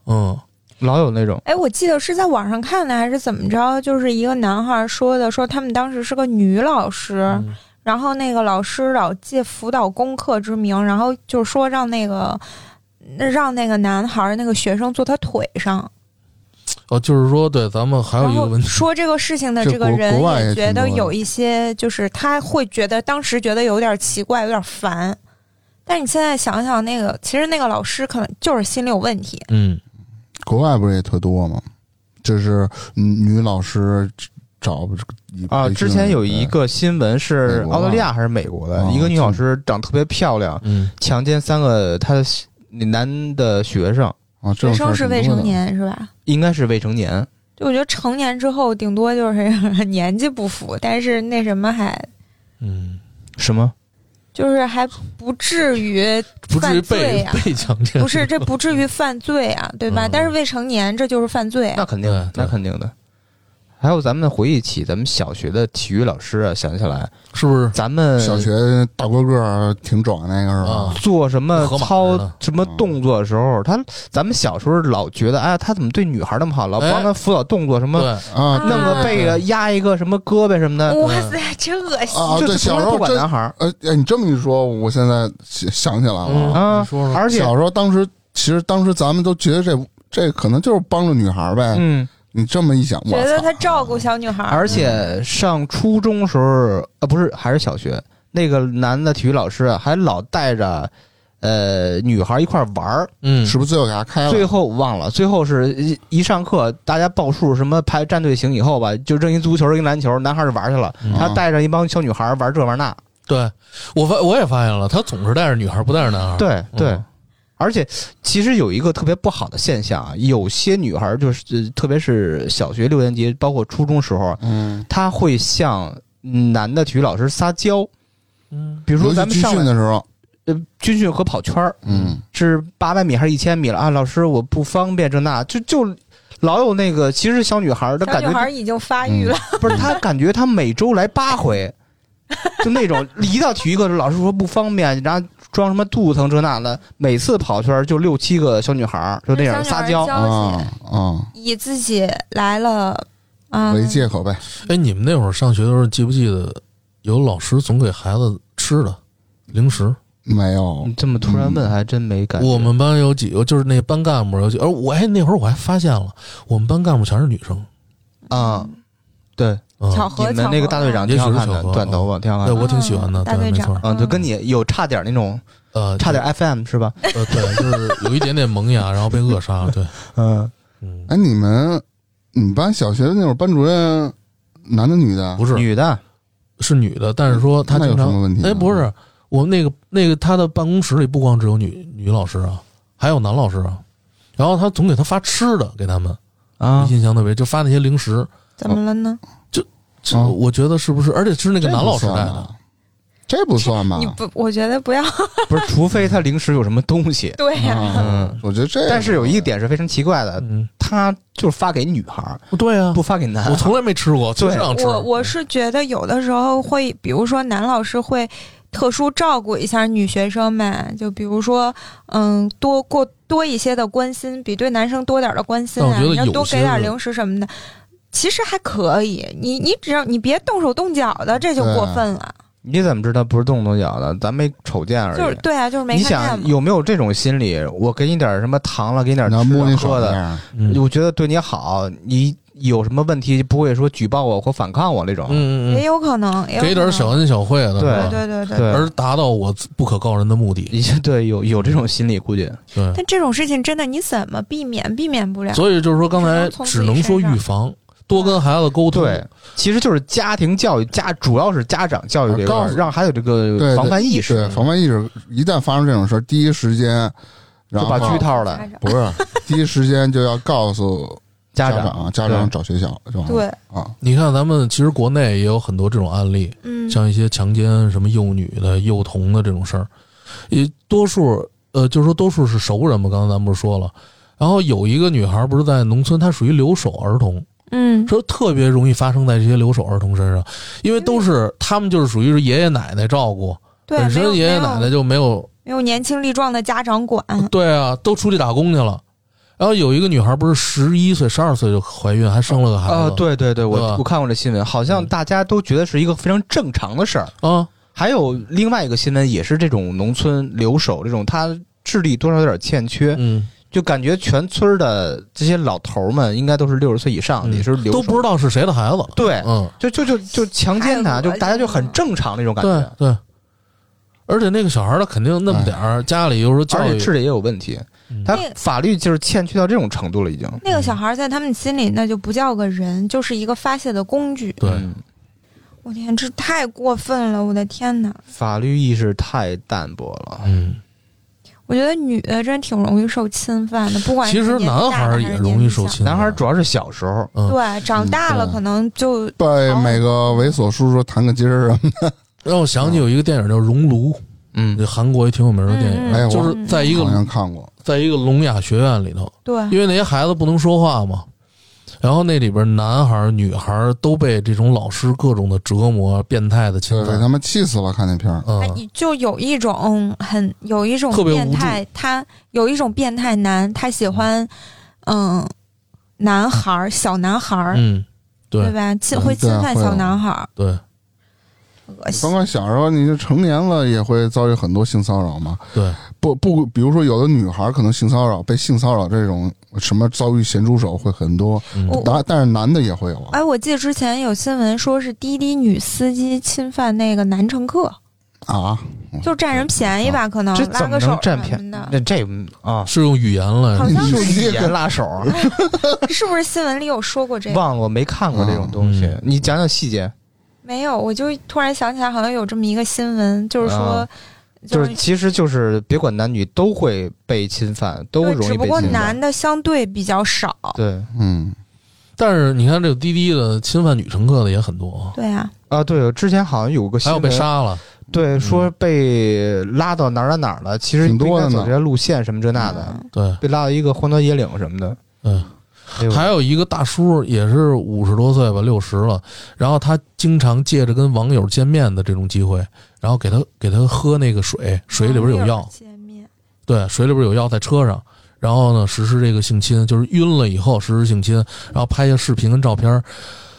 嗯，
老有那种
哎，我记得是在网上看的还是怎么着？就是一个男孩说的，说他们当时是个女老师，
嗯
然后那个老师老借辅导功课之名，然后就说让那个那让那个男孩儿那个学生坐他腿上，
哦，就是说，对，咱们还有
然
一个
后
问题，
说这个事情的
这
这个
国
人
国外也
也觉
挺
得
多的
有一些，就是他会觉得当时觉得有点奇怪，有点烦。但是你现在想想，那个其实那个老师可能就是心里有问题，
嗯，
国外不是也特多吗？就是女女老师找以
啊，
培训
之前有一个新闻是
美国吧
澳大利亚还是美国的，
哦
一个女老师长得特别漂亮，
嗯，
强奸三个她的男的学生，
对啊，这
学
种
生
事
是
儿挺
未
多
成
的，
年是吧？
应该是未成年。
就我觉得成年之后，顶多就是 *laughs* 年纪不符，但是那什么还
嗯，
什么？
就是还不至于
不至于
犯罪
被、
呀、
被强奸，
不是这不至于犯罪啊，对吧？
嗯
但是未成年这就是犯罪、
那
啊，
肯定
对，
那
对
肯定的。还有咱们回忆起咱们小学的体育老师啊，想起来
是不是？
咱们
小学大高个儿挺壮那个是吧
啊？
做什么
河马似
操
的
什
嗯
么动作的时候，他咱们小时候老觉得，哎，他怎么对女孩那么好，老
哎
帮他辅导动作什么，
对，
啊，
弄个背啊，压一个什么胳膊什么的，
哇塞，真恶心！
啊，
就
对，
是从
小
来
时
不
候
管
真
男孩儿
呃，哎你这么一说，我现在想想起来了啊。
嗯，
啊
你说说，
而且
小时候，当时其实当时咱们都觉得这这可能就是帮助女孩儿呗。
嗯，
你这么一想，我
觉得他
操，
照顾小女孩儿，
而且上初中时候，呃，不是还是小学，那个男的体育老师啊还老带着。呃，女孩一块儿玩儿，
嗯，
是不是最后给他开了？
最后忘了，最后是一一上课大家报数，什么排战队形以后吧，就扔一足球，扔一篮球，男孩儿就玩去了，
嗯
他带着一帮小女孩儿玩这玩那，
对我发我也发现了，他总是带着女孩，不带着男孩。
对
嗯
对，而且其实有一个特别不好的现象啊，有些女孩儿就是，呃特别是小学六年级，包括初中时候，
嗯，
她会向男的体育老师撒娇，
嗯，
比如
尤
说
其
咱们
军
上
训
来
的时候，
呃军训和跑圈儿
嗯，
是八百米还是一千米了啊？老师我不方便这那，就就老有那个，其实小女孩儿的
小
感
女
觉
孩儿已经发育了，
*laughs* 不是她感觉她每周来八
*laughs*
回。就那种一到体育课，老师说不方便，然后装什么肚子疼这那的，每次跑圈儿就六七个小女孩儿，就那样撒娇
小女孩，儿
啊
娇气
啊，
*laughs* 以自己来了，嗯，
为借口呗。
哎，你们那会儿上学的时候，记不记得有老师总给孩子吃的零食？
嗯
没有
你，这么突然问，还真没感觉。
我们班有几个，就是那班干部有几，而我哎那会儿我还发现了，我们班干部全是女生。
啊，对，
嗯、
巧合啊
你们那个大队长
也
挺
许是
好看
巧
的
合，
短头发挺好
对
看的。
我挺喜欢的
嗯大
对
队
没错
长
啊，就跟你有差点那种，
呃，
差点 FM 是吧？
呃，对，就是有一点点萌芽，然后被扼杀了。
*laughs*
对，
嗯，
嗯，
哎，你们你们班小学的那会儿班主任，男的女的？
不是
女的，
是女的，但是说她
那有
经
什
常
么问题呢？
哎，不是，我那个那个他的办公室里不光只有女女老师啊，还有男老师啊。然后他总给他发吃的给他们，
啊
我，印象特别，就发那些零食。
怎么了呢？
这
啊
我觉得是不是？而且是那
这
个
不
男老师带
算
的，
啊，这不算吧
啊
你？不，我觉得不要 *laughs*
不是，除非他零食有什么东西。
对呀、
啊
嗯，
我觉得这，
但是有一个点是非常奇怪的，
嗯，
他就是发给女孩儿，
对啊
*laughs* 不，发给男孩儿。
我从来没吃过，就
对
是想吃。
我我是觉得有的时候会，比如说男老师会特殊照顾一下女学生们，就比如说，嗯，多过多一些的关心，比对男生多点儿的关心
但
啊，
我觉得
你要
有
多
些
给点儿
是
零食什么的，其实还可以。你你只要你别动手动脚的，这就
对
过分了。
你怎么知道不是动不动脚的？咱没瞅见而
就是
已。
对啊，就是没
你
看见
想
嘛。
有没有这种心理？我给你点儿什么糖了，给你点儿
你要
吃
摸
的
那
喝
手
的
那，样，
嗯
我觉得对你好，你有什么问题不会说举报我或反抗我那种。
嗯嗯
也
嗯，
有可能，也有
给点儿小
可能
恩小惠的，
对
是吧
对对对
对
而达到我不可告人的目的。
你这对有有这种心理，估计
对，
但这种事情真的你怎么避免？避免不了。
所以就是说，刚才
啊只能从
只
自
能说
己身上嗯
预防，多跟孩子沟通。
对，其实就是家庭教育，家主要是家长教育这一块
啊告
儿，
诉
让孩子有这
对
个防范意识
对，，防范意识一旦发生这种事儿，第一时间，然
就
后
把狙套了
家长
*laughs* 不是第一时间就要告诉
家
长，家
长
长找学校是吧？
对，
啊，
你看，咱们其实国内也有很多这种案例，
嗯，
像一些强奸啊什么幼女的、幼童的这种事儿，也多数呃，就是说多数是熟人嘛。刚才咱们不是说了，然后有一个女孩不是在农村，她属于留守儿童，
嗯，
说特别容易发生在这些留守儿童身上，因为都是他们就是属于是爷爷奶奶照顾，
嗯对，
本
没有
身爷爷奶
没
奶
有
就没有
*laughs* 没有年轻力壮的家长管，
对啊，都出去打工去了。然后有一个女孩不是十一岁、十二岁就怀孕，还生了个孩子
啊，对对对，
对吧
我我看过这新闻，好
嗯
像大家都觉得是一个非常正常的事儿。
啊，
还有另外一个新闻也是这种农村留守这种，他智力多少有点欠缺，
嗯，
就感觉全村儿的这些老头儿们应该都是六十岁以上，
嗯
啊也是留
都
守
不知道是谁的孩子，
对，
嗯，
就就就就强奸
太
他，
恶
就
心
大家就很
了
正常那种感
对
觉，
对。而且那个小孩儿他肯定那么点儿，家里又说教
哎而且
育，
智力也有问题
嗯，
他
那个
法律就是欠缺到这种程度了，已经。
那个小孩在他们心里那就不叫个人，就是一个发泄的工具。
对，
嗯
我天，这太过分了！我的天哪，
法律意识太淡薄了。
嗯，
我觉得女的真挺容易受侵犯的，不管
嗯其
是
实
年纪
男孩
大的
儿
还
也
是
容
年
易
纪
受啊
小
侵犯，
男孩儿主要是小时候，
嗯
对，长大了
嗯
可能就
被
哦
每个猥琐叔叔弹个筋儿啊，
让我想起有一个电影叫《熔炉》，
嗯
那韩国也挺有名的电
嗯
影，
嗯
哎
就
我
是在一
好
个
像看过。
在一个聋哑学院里头，
对
因为那些孩子不能说话嘛，然后那里边男孩儿女孩儿都被这种老师各种的折磨、变态的侵
对，给
犯
他，们气死了！看那片儿，
哎
嗯，
就有一种很有一种
特别无
变态，他有一种变态男，他喜欢嗯男孩儿，小男孩儿，
嗯，
对
对
吧？侵
嗯
会侵
对啊
犯
会
小
有
男孩儿，
对
恶
甭
心。
管小时候，你就成年了也会遭遇很多性骚扰嘛。
对，
不不，比如说有的女孩可能性骚扰被性骚扰这种什么遭遇咸猪手会很多，
嗯
我
但但是男的也会有啊。
哎，我记得之前有新闻说是滴滴女司机侵犯那个男乘客，
啊，
就占人便宜吧，可能
嗯这
拉
怎么
个手
能占
什
便
么
宜
的？
那这
*laughs*
啊，
是用语言来
好像
你
是
是
语言拉手啊，
*laughs* 是不是新闻里有说过这个？
忘了我没看过这种东西
嗯，
你讲讲细节。
没有，我就突然想起来，好像有这么一个新闻，就是说
啊，就是其实就是别管男女都会被侵犯，都
对，
容易
只不
被
过
侵犯
男。的相对比较少。
对
嗯，
但是你看这个滴滴的侵犯女乘客的也很多啊，
对啊，
啊，对，之前好像有嗯个
还
新
有
闻
被，杀了，
对，说被拉到哪儿哪儿哪儿了，其实
挺
不应
多的
该
呢
走这些路线什么这那的，
嗯
对，
被拉到一个荒郊野岭什么的。
嗯。
哎呦
还有一个大叔也是五十多岁吧，六十了，然后他经常借着跟网友见面的这种机会，然后给他给他喝那个水，水里
啊
边有药，
见面
对，水里边有药在车上，然后呢实施这个性侵，就是晕了以后实施性侵，然后拍下视频跟照片儿，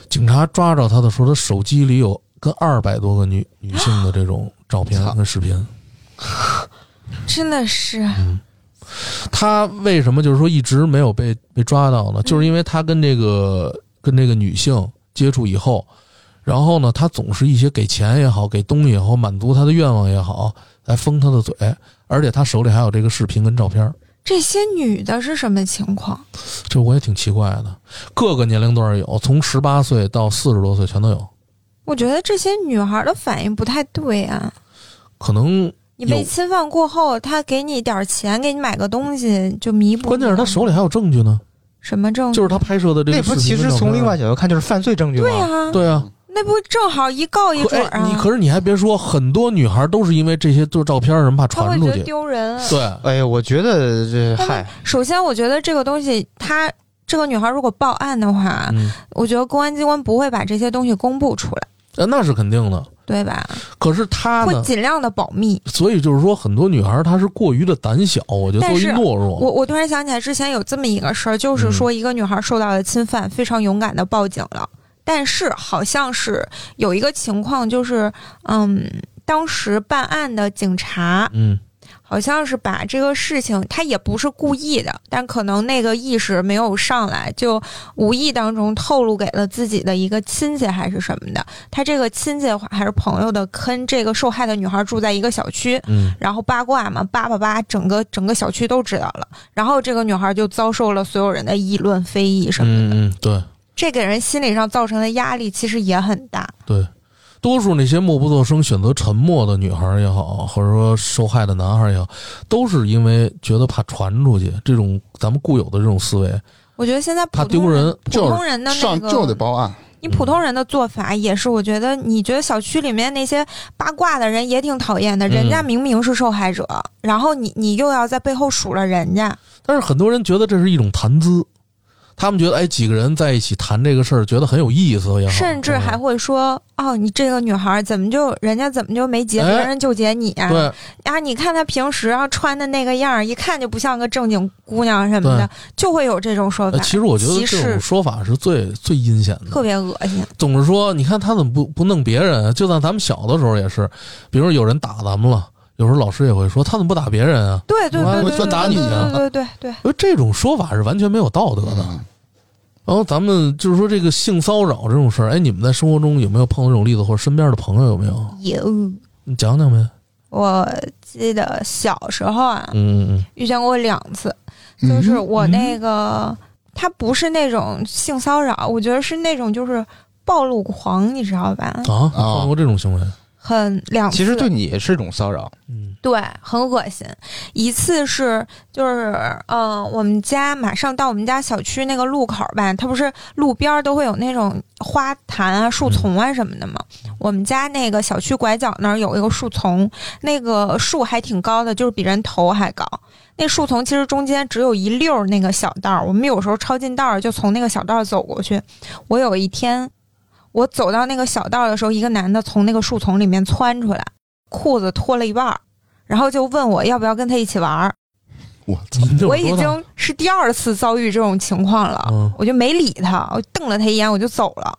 警察抓着他的时候，他手机里有跟二百多个女女性的这种照片
操
跟视频，
真的是
他为什么就是说一直没有被被抓到
嗯
呢？就是因为他跟这个跟这个女性接触以后，然后呢，他总是一些给钱也好，给东西也好，满足他的愿望也好，来封他的嘴，而且他手里还有这个视频跟照片儿，
这些女的是什么情况？
这我也挺奇怪的。各个年龄段有，从十八岁到四十多岁全都有，
我觉得这些女孩的反应不太对啊。
可能
你被
有
侵犯过后，她给你点儿钱，给你买个东西就弥补你了。啊
关键是他手里还有证据呢，
什么证据？
就是他拍摄的这
嗯那
个
不
视
其
频跟照片儿。
实从另外角度看就是犯罪证据吗？
对啊，
对啊，
那不正好一告一
可
准儿
嗯
哎，你
啊？
可是你还别说，很多女孩都是因为这些做照片儿什么怕
她
传
会
出
觉得
去，
丢人。
对。
哎呀，我觉得这
但是
嗨，
首先，我觉得这个东西，她这个女孩如果报案的话，
嗯，
我觉得公安机关不会把这些东西公布出来，
呃，那是肯定的。
对吧？
可是她
会
呢，
尽量的保密。
所以就是说，很多女孩儿她是过于的胆小，我觉得
但
过于
是
懦
我
弱。
我突然想起来，之前有这么一个事儿，就是说一个女孩受到了侵犯，非常勇敢的报警了，但是好像是有一个情况，就是嗯，当时办案的警察
嗯
好像是把这个事情，他也不是故意的，但可能那个意识没有上来，就无意当中透露给了自己的一个亲戚还是什么的，他这个亲戚还是朋友的，跟这个受害的女孩住在一个小区，
嗯，
然后八卦嘛，叭叭叭，整个整个小区都知道了。然后这个女孩就遭受了所有人的议论非议什么
嗯
的，
嗯，对
这给人心理上造成的压力其实也很大。
对。多数那些默不作声、选择沉默的女孩儿也好，或者说受害的男孩儿也好，都是因为觉得怕传出去，这种咱们固有的这种思维，
我觉得现在普
怕丢
通
人。
普
就是
通人的那
上就得
个，
报案，
你普通人的做法也是，我觉得你觉得小区里面那些八卦的人也挺讨厌的，
嗯
人家明明是受害者，然后你你又要在背后数落人家，
但是很多人觉得这是一种谈资，他们觉得哎，几个人在一起谈这个事儿，觉得很有意思也好，嗯
甚至还会说哦，你这个女孩怎么就人家怎么就没结，
哎
别人就结你啊？
嗯对
啊，你看她平时啊穿的那个样儿，一看就不像个正经姑娘什么的，就会有这种说法。
呃，其实我觉得
歧
这种
视
说法是最最阴险的，
特别恶心。
总是说，你看他怎么不不弄别人？啊就算咱们小的时候也是，比如有人打咱们了，有时候老师也会说他怎么不打别人啊？
对对
我还
对
会
对对
专打你啊
对对对对
因为这种说法是完全没有道德的。
嗯
然后咱们就是说这个性骚扰这种事儿，哎，你们在生活中有没有碰到这种哎例子，或者身边的朋友有没有？
对。有，
你讲讲呗。
我记得小时候啊，
嗯嗯
遇见过两次，
嗯
就是我那个、他不是那种性骚扰，我觉得是那种就是暴露狂，你知道吧？
嗯啊，
啊
碰到过这种行为，
很两次，
其实对你也是一种骚扰，
嗯
对，很恶心。一次是就是，嗯、我们家马上到我们家小区那个路口吧，它不是路边儿都会有那种花坛啊、树丛啊什么的嘛。我们家那个小区拐角那儿有一个树丛，那个树还挺高的，就是比人头还高。那树丛其实中间只有一溜儿那个小道儿，我们有时候抄近道儿就从那个小道儿走过去。我有一天，我走到那个小道儿的时候，一个男的从那个树丛里面窜出来，裤子脱了一半儿，然后就问我要不要跟他一起玩儿。
我操！
你这么说
我已
的
经是第二次遭遇这种情况了，
嗯
我就没理他，我瞪了他一眼，我就走了。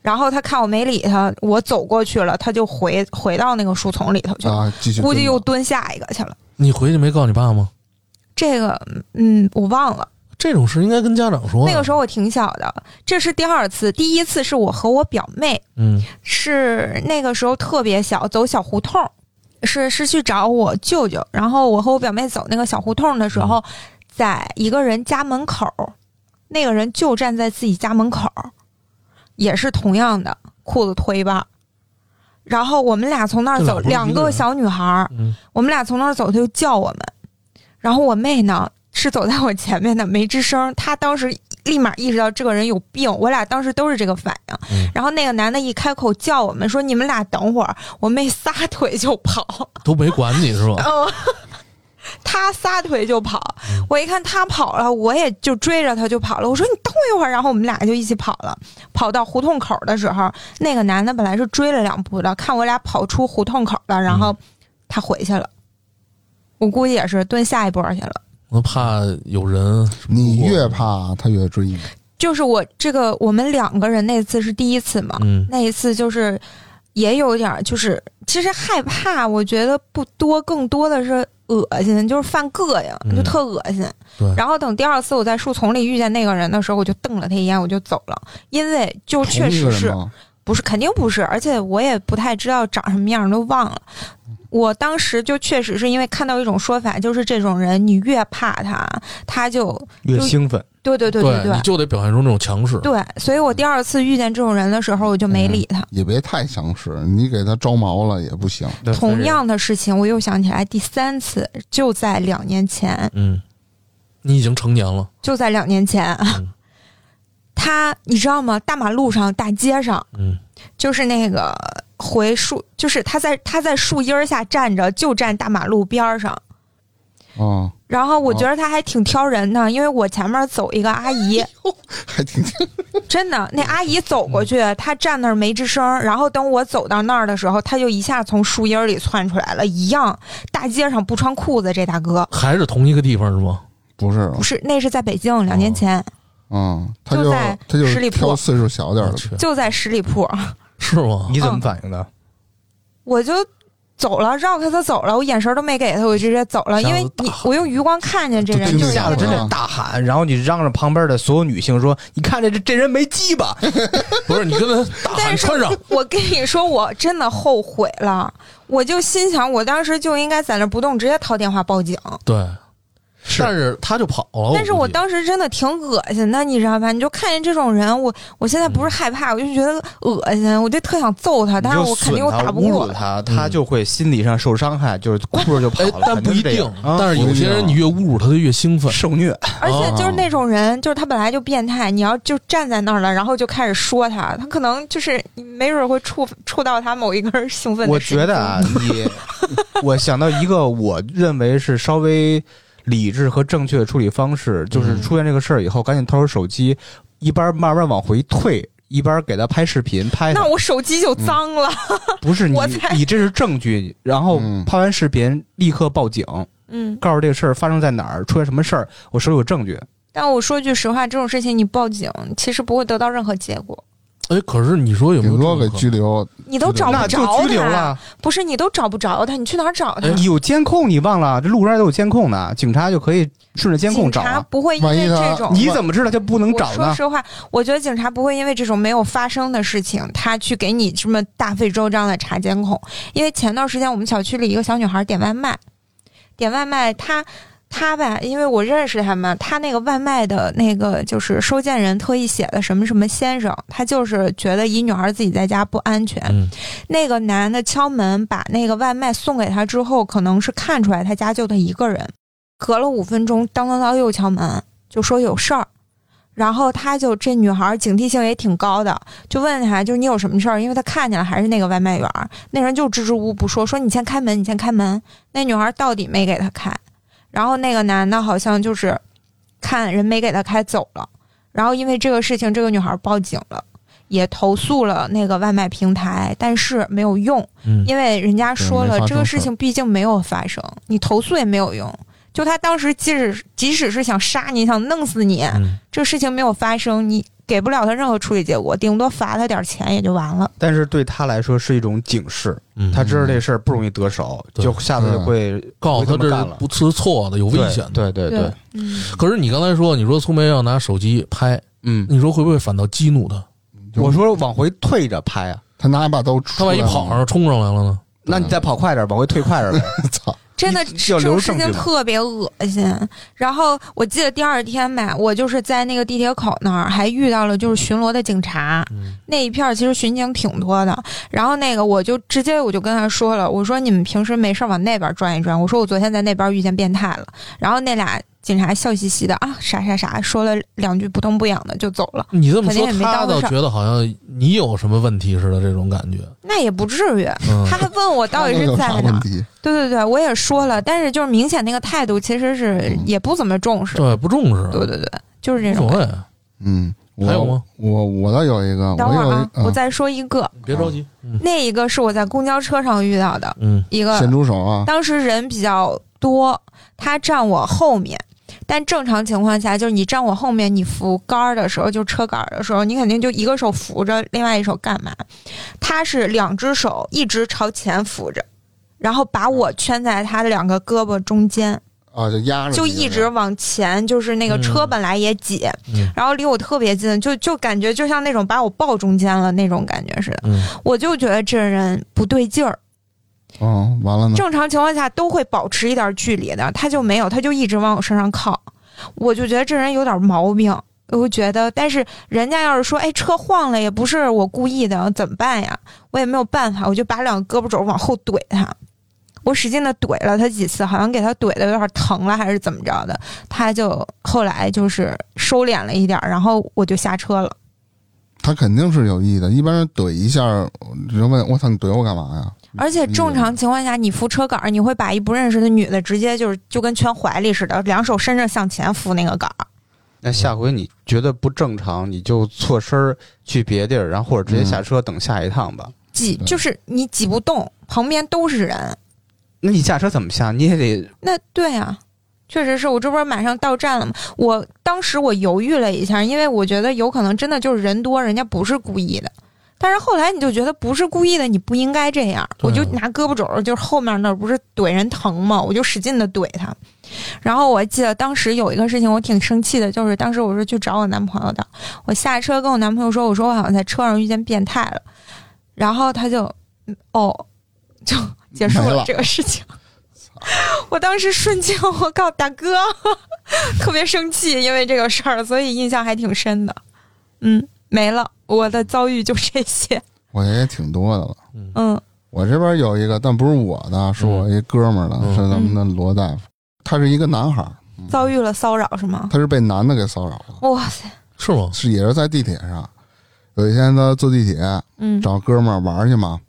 然后他看我没理他，我走过去了，他就回回到那个树丛里头去了，
啊，继续
估计
跟吧
又蹲下一个去了。
你回去没告你爸吗？
这个，嗯，我忘了。
这种事应该跟家长说。
那个时候我挺小的，这是第二次，第一次是我和我表妹，
嗯
是那个时候特别小，走小胡同儿，是是去找我舅舅，然后我和我表妹走那个小胡同儿的时
嗯
候，在一个人家门口儿，那个人就站在自己家门口儿，也是同样的裤子脱一半儿，然后我们俩从那儿
这
走，
俩不是一个
两个
人
小女孩儿，
嗯，
我们俩从那儿走，他就叫我们，然后我妹呢是走在我前面的，没吱声。她当时立马意识到这个人有病，我俩当时都是这个反应。
嗯
然后那个男的一开口叫我们说：“你们俩等会儿。”我妹撒腿就跑，
都没管你是吧？
*laughs* 哦，他撒腿就跑。我一看他跑了，我也就追着他就跑了。我说：“你等我一会儿。”然后我们俩就一起跑了。跑到胡同口的时候，那个男的本来是追了两步的，看我俩跑出胡同口了，然后他回去了。我估计也是蹲下一波去了。
我怕有人。
你越怕他越追你，
就是我这个，我们两个人那次是第一次嘛，
嗯，
那一次就是也有点儿，就是其实害怕，我觉得不多，更多的是恶心，就是犯膈应，
嗯
就特恶心。
对
然后等第二次我在树丛里遇见那个人的时候，我就瞪了他一眼，我就走了，因为就确
同一
实
个人
是
吗？
不是肯定不是，而且我也不太知道长什么样，都忘了。我当时就确实是因为看到一种说法，就是这种人，你越怕他，他就
越兴奋。
对对对对
你就得表现出那种强势。
对，所以我第二次遇见这种人的时候，我就
嗯
没理他。
也别太强势，你给他招毛了也不行。
嗯
对
同，样的事情，我又想起来哎第三次，就在两年前，
嗯，你已经成年了。
就在两年前，
嗯
*laughs* 他你知道吗？大马路上、大街上，
嗯，
就是那个回树，就是他在他在树荫儿下站着，就站大马路边儿上。
啊，
然后我觉得他还挺挑人的，因为我前面走一个阿姨，
还挺
*laughs* 真的，那阿姨走过去，她站那儿没吱声儿。然后等我走到那儿的时候，她就一下从树荫儿里窜出来了，一样。大街上不穿裤子，这大哥
还是同一个地方是啊吗？
不是
不是，那是在北京
哦
两年前，
嗯，他
就
就
在
他就
十里
是
铺
挑岁数小点儿
我
的，
去，
就在十里铺，
是吗？
你
嗯
怎么反应的？
我就走了，绕开他走了，我眼神都没给他，我直接走了，因为你我用余光看见这人
就
就
听
是
见
吓得真
啊
得大喊，然后你嚷嚷旁边的所有女性说：“你看这这这人没鸡巴，
不是你跟他大喊
但是
穿上，
我跟你说，我真的后悔了，我就心想，我当时就应该在那儿不动，直接掏电话报警。
哦
对，但是他就跑了。
但是
我
我
估计
当时真的挺恶心的，你知道吧？你就看见这种人，我我现在不是害怕，我就觉得恶心，我就特想揍他，
嗯你
但是
就
我肯
损
定我
他、
打不
侮
过嗯
辱。他，他就会心理上受伤害，就是哭着就跑
哎
了。，
但不
肯定
一
是这
定
样。啊
但是有些人你越侮辱他，他越兴奋。
受虐，
而且
哦
就是那种人，就是他本来就变态，你要就站在那儿了，然后就开始说他，他可能就是你没准会触触到他某一根兴奋的
我
神经。
觉得啊，你，我想到一个我认为是稍微理智和正确的处理方式，就是
嗯
出现这个事儿以后，赶紧掏出手机，一边慢慢往回退，一边给他拍视频，拍
那
他。
我手机就脏了。
不是你
我才，
你这是证据，然后
嗯
拍完视频立刻报警，
嗯，
告诉这个事儿发生在哪儿，出现什么事儿，我手里有证据。
但我说句实话，这种事情你报警其实不会得到任何结果，
哎，可是你说有没
顶
有
多
这
给
种可能
拘留。
你都哦找
那
不
就
着
拘留
他
了，。哎
不是你都找不着他，你去哪儿找他？
哎
你有监控，你忘了？这路上都有监控呢，警察就可以顺着监控
警
找
察
啊。
不会因
万
为
一他
这种
你怎么知道他不能
我
找
说
呢？
实话，我觉得警察不会因为这种没有发生的事情，他去给你这么大费周章的查监控。因为前段时间我们小区里一个小女孩点外卖，点外卖她。他吧，因为我认识他嘛，他那个外卖的那个就是收件人特意写的什么什么先生，他就是觉得一女孩自己在家不安全。
嗯
那个男的敲门把那个外卖送给他之后，可能是看出来他家就他一个人，隔了五分钟，当当当又敲门，就说有事儿。然后他就这女孩警惕性也挺高的，就问他，就是你有什么事儿？因为他看见了还是那个外卖员儿，那人就支支吾吾不说，说你先开门，你先开门。那女孩到底没给他开，然后那个男的好像就是看人没给他开走了，然后因为这个事情，这个女孩报警了，也投诉了那个外卖平台，但是没有用，
嗯，
因为人家说
对没发
了
生
这个
事儿
事情毕竟没有发生，你投诉也没有用。就他当时即使即使是想杀你，想弄死你，
嗯
这个事情没有发生，你给不了他任何处理结果，顶多罚他点钱也就完了。
但是对他来说是一种警示，
嗯，
他知道这事儿不容易得手，
对嗯
就下次就会
告诉他
不
这
会这么干
是
了
不是错的，有危险的。
对对对，对，
嗯，
可是你刚才说，你说粗梅要拿手机拍，
嗯，
你说会不会反倒激怒他？
就
我说往回退着拍啊，
他拿一把刀出
他
来
万一
了，
跑上冲上来了呢？
那你再跑快点，往回退快点呗。 *laughs*
操，
真的
你
这
要留
种
着
事
证
情
据嘛
特别恶心。然后我记得第二天吧，我就是在那个地铁口那儿还遇到了就是巡逻的警察，
嗯
那一片儿其实巡警挺多的。然后那个我就直接我就跟他说了，我说你们平时没事儿往那边转一转，我说我昨天在那边遇见变态了。然后那俩警察笑嘻嘻的啊啥啥啥，说了两句不痛不痒的就走了，
你这么说，
肯定也没
他
当回
倒
事儿
觉得好像你有什么问题似的这种感觉。
那也不至于。
嗯，
他还问我到底是
有
在
啥
哪
问
儿，
题？
对对对，我也说了，但是就是明显那个态度其实是
嗯
也不怎么重视，
对，不重视，啊
对对对，就是这
无所
种。
谓。啊
嗯，我
还有吗？
我我倒有一个，
等会
我
儿
有
啊
一，
我
嗯
再说一个，
别着急，嗯
那一个是我在公交车上遇到的
嗯
一个
咸猪手啊，
当时人比较多，他站我后面。但正常情况下，就是你站我后面，你扶杆儿的时候，就车杆儿的时候，你肯定就一个手扶着，另外一手干嘛？他是两只手一直朝前扶着，然后把我圈在他的两个胳膊中间，
啊，就压着，
就一直。往前，就是那个车
嗯
本来也挤，
嗯
然后离我特别近，就就感觉就像那种把我抱中间了那种感觉似的。
嗯，
我就觉得这人不对劲儿。
嗯，完了呢，
正常情况下都会保持一点距离的，他就没有，他就一直往我身上靠，我就觉得这人有点毛病。我就觉得，但是人家要是说，哎，车晃了也不是我故意的，怎么办呀？我也没有办法，我就把两个胳膊肘往后怼他，我使劲的怼了他几次，好像给他怼的有点疼了，还是怎么着的？他就后来就是收敛了一点儿，然后我就下车了。
他肯定是有意的。一般人怼一下，人问我操，你怼我干嘛呀？
而且正常情况下，你扶车杆儿，你会把一不认识的女的直接就是就跟圈怀里似的，两手伸着向前扶那个杆儿。
那下回你觉得不正常，你就错身儿去别地儿，然后或者
嗯
直接下车等下一趟吧。
挤
对
就是你挤不动，旁边都是人。
那你下车怎么下？你也得
那对啊，确实是我这不是马上到站了吗？我当时我犹豫了一下，因为我觉得有可能真的就是人多，人家不是故意的。但是后来你就觉得不是故意的，你不应该这样。
对
我就拿胳膊肘儿，就是后面那儿不是怼人疼吗？我就使劲的怼他。然后我还记得当时有一个事情，我挺生气的，就是当时我是去找我男朋友的，我下车跟我男朋友说，我说我好像在车上遇见变态了，然后他就嗯哦，就结束
没
了
了
这个事情。我当时瞬间，我靠，大哥，特别生气，因为这个事儿，所以印象还挺深的。嗯，没了，我的遭遇就这些。
我也挺多的了。
嗯
我这边有一个，但不是我的，是我一哥们儿的，
嗯
是咱们的罗大夫，他是一个男孩儿，
遭遇了骚扰是吗？
他是被男的给骚扰了，
哇塞，
*laughs* 是吗？
是也是在地铁上。有一天他坐地铁
嗯
找哥们儿玩儿去嘛，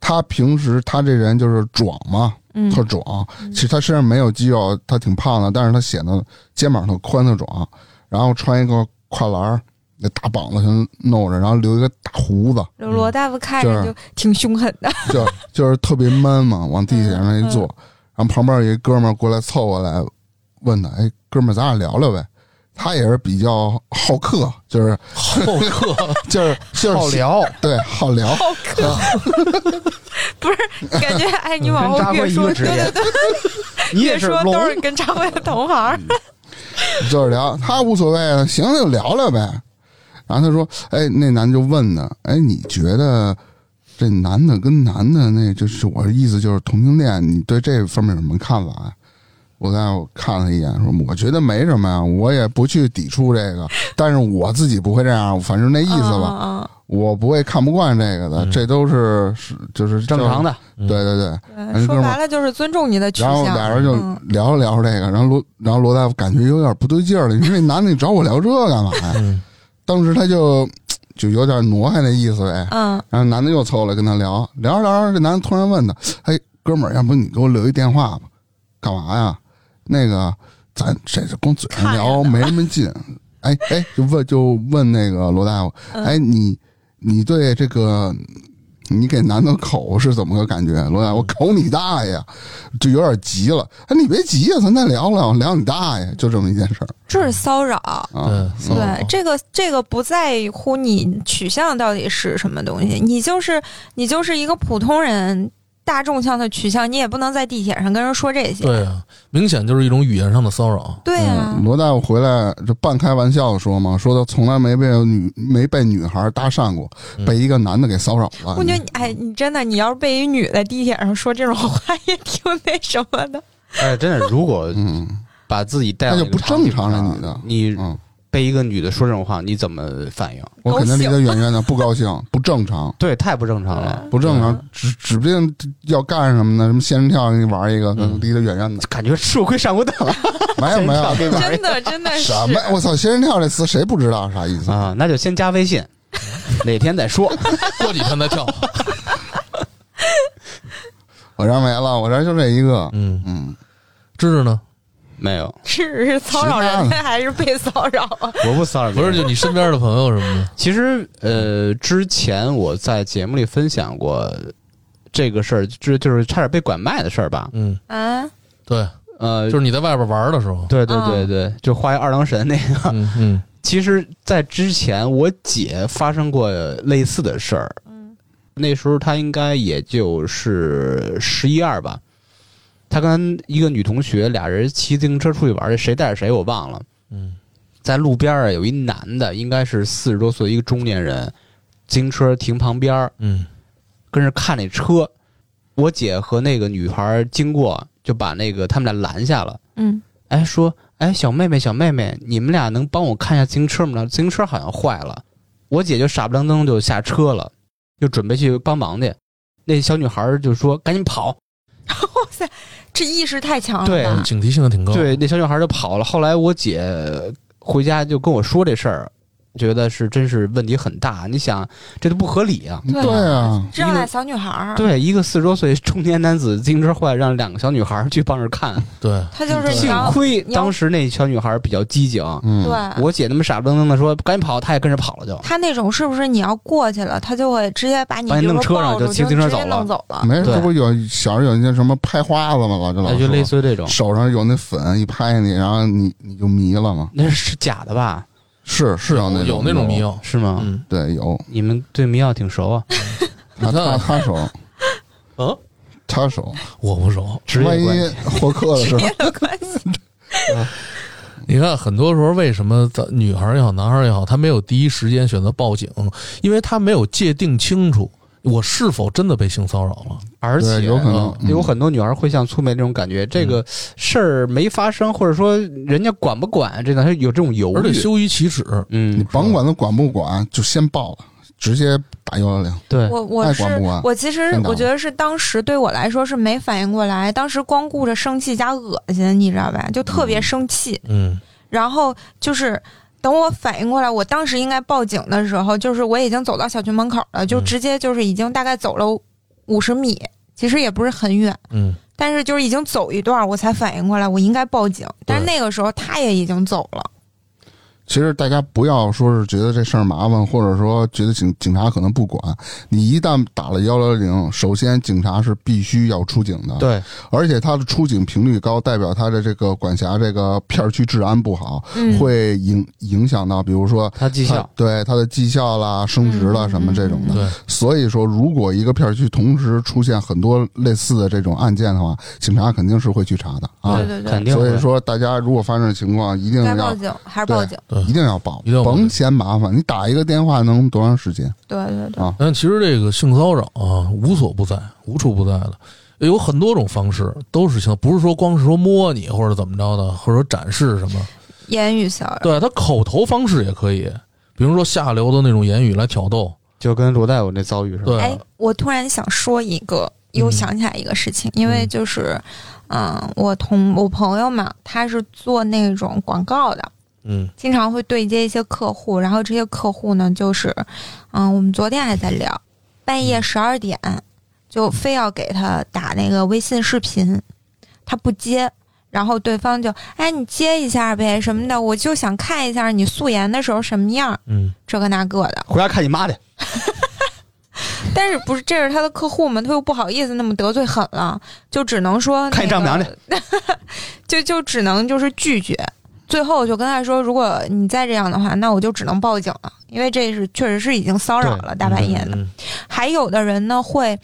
他平时他这人就是壮嘛，
嗯
特壮，其实他身上没有肌肉，他挺胖的，但是他显得肩膀特宽特壮，然后穿一个跨栏儿，那大膀子全露着，然后留一个大胡子，
刘罗大夫看着
嗯就
就挺凶狠的。
*laughs* 就就是特别 man 嘛，往地铁上一坐，然后旁边有一哥们儿过来凑过来，问他：“哎，哥们儿，咱俩聊聊呗。”他也是比较好客，就是
好 *laughs* 啊客，
就是就是
好聊，
对好聊， *laughs*
好可，不是感觉哎，你往后越说，对对对，
你
越
也是
说
龙
都是跟张辉的同行。
就是聊，他无所谓，行就聊聊呗。然后他说：“哎，那男的就问他，哎，你觉得这男的跟男的那，就是我的意思就是同性恋，你对这方面有什么看法啊？”我刚才我看了一眼，说我觉得没什么呀，我也不去抵触这个，但是我自己不会这样，反正那意思吧，
吧，
我不会看不惯这个的，
嗯
这都是是就是
正常
的。
的，
嗯
对对对，
嗯
哎
对，
哥
说
们儿
白了就是尊重你的取
然后俩
向。
人就
嗯
聊着聊着这个，然后罗然后罗大夫感觉有点不对劲儿了，你说这男的你找我聊这干嘛呀？
嗯
当时他就就有点挪开那意思呗，
嗯，
然后男的又凑过来跟他聊，聊着聊着，这男的突然问他：“哎，哥们儿，要不你给我留一电话吧？干嘛呀？那个，咱这是光嘴上聊，没什么劲。哎哎，就问就问那个罗大夫，
嗯
哎，你你对这个你给男的口是怎么个感觉？罗大夫，我口你大爷，就有点急了。哎，你别急呀，咱再聊聊，聊你大爷，就这么一件事儿
这是骚扰。
啊。
对
嗯
对，这个这个不在乎你取向到底是什么东西，你就是你就是一个普通人。大众向的取向，你也不能在地铁上跟人说这些。
对啊，明显就是一种语言上的骚扰。
对啊呀、
嗯罗大夫回来就半开玩笑地说嘛，说他从来没被女没被女孩搭讪过，
嗯
被一个男的给骚扰了。
我觉得你，哎，你真的，你要是被一女的地铁上说这种话， *laughs* 也挺那什么的。
哎，真的，如果
嗯，
把自己带
那
到
就
那个
不正常
场
了，
景
女的
上，，你
嗯，
被一个女的说这种话，你怎么反应？
我肯定离他远远的，不高兴，不正常，
对，太不正常了，
不正常，指指不定要干什么呢？什么仙人跳给你玩一个，
嗯
离他远远的，
感觉吃亏上过当
没有没有，
真的，真的是
什么？我操，仙人跳这词谁不知道啥意思？
啊，那就先加微信， *laughs* 哪天再说。
*laughs* 过几天再 *laughs* 跳。
我这儿没了，我这儿就这一个，
嗯，
嗯，
知识呢？
没有，
是是骚扰人
其
家还是被骚扰啊？
我不骚扰别
不
人。
是，就你身边的朋友什么的。
其实呃，之前我在节目里分享过这个事儿，就是就是差点被拐卖的事儿吧。
嗯，
啊，
*laughs* 对，
呃，
就是你在外边玩的时候。
对对
啊
对对，就花一二郎神那个。
嗯嗯
其实，在之前我姐发生过类似的事儿，
嗯
那时候她应该也就是十一二吧。她跟一个女同学俩人骑自行车出去玩儿，谁带着谁我忘了。
嗯
在路边儿啊，有一男的，应该是四十多岁的一个中年人，自行车停旁边儿，
嗯
跟着看那车。我姐和那个女孩儿经过，就把那个他们俩拦下了。
嗯
哎，说，哎，小妹妹，小妹妹，你们俩能帮我看一下自行车吗？自行车好像坏了。我姐就傻不愣登就下车了，就准备去帮忙去。那小女孩儿就说：“赶紧跑
哇塞，这意识太强了
对
吧？
嗯警惕性还挺！”高。
对，，那小女孩儿就跑了。后来我姐回家就跟我说这事儿，觉得是真是问题很大。你想，这都不合理啊！
对
对啊，
让俩小女孩儿，
对，一个四十多岁中年男子自行车坏，让两个小女孩儿去帮着看，
对，
她就是你
幸
要
亏
啊你要
当时那小女孩儿比较机警，
嗯，
对。啊
我姐那么傻不愣登的说赶紧跑，她也跟着跑了就。
她那种是不是你要过去了，她就会直接把你
把你
比如
哎弄
说
车上
抱
就
住
骑
就
自行车
直接
走了
弄走了。
没事，
对
这不有小时候有那什么拍花子吗？老这老
那就
说
类似于这种，
手上有那粉一拍你，然后你你就迷了嘛。
那是假的吧？
是是有那
有那种迷，
哦
药。
是吗？
嗯，
对有。
你们对迷药挺熟啊？
看
他他他手，
嗯，
他手，
我不熟。
职业
万一
关系
获客的时候，
嗯
没有 *laughs* 关系，
你看，很多时候为什么咱女孩儿也好，男孩儿也好，他没有第一时间选择报警，因为他没有界定清楚我是否真的被性骚扰了。
而且
对有可能
呃
嗯
有很多女孩会像粗梅那种感觉，这个事儿没发生，或者说人家管不管这个，她有这种犹
而且
豫。
羞于启齿。
你
嗯，
甭管他管不管，就先报了，直接打幺幺零。
对，
我我
爱
是
管不管
我其实
啊
真的
我觉得是当时对我来说是没反应过来，当时光顾着生气加恶心，你知道吧？就特别生气，
嗯
然后就是等我反应过来，我当时应该报警的时候，就是我已经走到小区门口了，就
嗯
直接就是已经大概走了五十米，其实也不是很远，
嗯，
但是就是已经走一段，我才反应过来我应该报警，但是
对
那个时候他也已经走了，
其实大家不要说是觉得这事儿麻烦，或者说觉得警警察可能不管。你一旦打了幺幺零，首先警察是必须要出警的，
对，
而且他的出警频率高，代表他的这个管辖这个片区治安不好，
嗯，
会影影响到，比如说
她绩
他
效，
啊对他的绩效啦、升职啦
嗯
什么这种的。
对，
所以说，如果一个片区同时出现很多类似的这种案件的话，警察肯定是会去查的啊。
对对对
肯定
所
会
以说，大家如果发生情况，一定
该报
要
警还是报警，
一定要报，
一定要报
甭嫌麻烦。你打一个电话能多长时间？
对对对
啊，
但其实这个性骚扰啊，无所不在，无处不在的。有很多种方式，都是性骚扰，不是说光是说摸你或者怎么着的，或者说展示什么，
言语骚扰，
对他口头方式也可以，比如说下流的那种言语来挑逗，
就跟罗大佑那遭遇似的。
对
哎，我突然想说一个，又
嗯
想起来一个事情，因为就是，嗯、我同我朋友嘛，他是做那种广告的，
嗯
经常会对接一些客户，然后这些客户呢，就是，嗯，我们昨天还在聊，半夜十二点就非要给他打那个微信视频，他不接，然后对方就，哎，你接一下呗什么的，我就想看一下你素颜的时候什么样，
嗯，
这个那个的。
回家看你妈去。
但是不是这是他的客户嘛，他又不好意思那么得罪狠了，就只能说、那个、
看你丈母娘去，
*laughs* 就就只能就是拒绝。最后我就跟他说，如果你再这样的话，那我就只能报警了，因为这是确实是已经骚扰了，大半夜的。
嗯
还有的人呢会，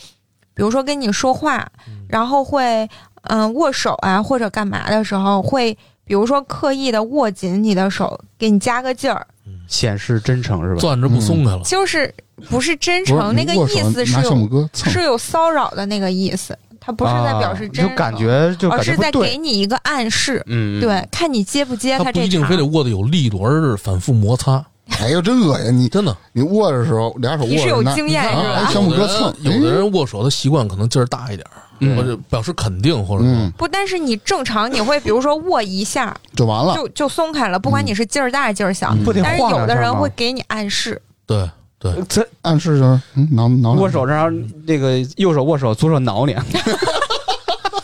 比如说跟你说话，然后会嗯、呃握手啊或者干嘛的时候会。比如说，刻意的握紧你的手，给你加个劲儿，
显示真诚是吧？
攥着不松开了，
就是不是真
哦不
诚
是
那个
你握
意
手
思是
拿
有
酵母哥蹭，
是有骚扰的那个意思，他不是在表示真
嗯啊
诚，
就感觉就
而
感觉
是
不
在
对，
给你一个暗示，
嗯，嗯，
对，看你接不接
他不
这
一定
茬
非。得握的有力度，而是反复摩擦，
哎呦，真恶心！你
真的。啊
你握着的时候，俩手握
你是
着
有
拿，
经验
你看
是吧
啊
哎
有
酵母
的
哥
人
蹭，
有的
哎
人握手的习惯可能劲儿大一点儿，
嗯
或者表示肯定，或者说
嗯，
不，但是你正常你会，比如说握
*laughs*
一下
就完了。
就就松开了，不管你是劲儿大劲儿小，
不
啊嗯得
但是
晃
有
两
的
下
人
吗
会给你暗示，
对对，
嗯
这
暗示就是嗯，挠挠两
握手，然后那个右手握手，左手
*laughs*
挠你，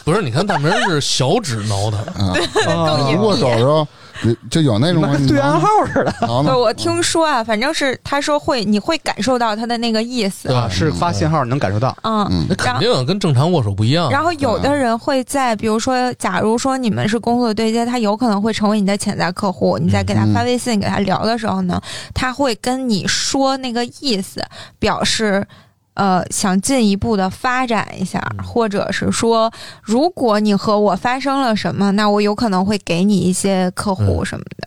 不是，你看大明儿是小指挠他，
*laughs*
下啊，
更隐
握手的
蔽。
时候，你就有那种
妈
你
对
挠
啊
暗号似的，
挠
不 *laughs*
挠
是，我听说啊，反正是他说会，你会感受到他的那个意思，
吧？
啊是发信号能感受到。
嗯，
嗯
那
啊
肯定跟正常握手不一
嗯
样。
然后有的人会在，比如说，假如说你们是工作对接，他有可能会成为你的潜在客户。
嗯
你在给他发微信、给他聊的时候呢，他会跟你说那个意思，表示。呃，想进一步的发展一下，
嗯
或者是说，如果你和我发生了什么，那我有可能会给你一些客
嗯
户什么的。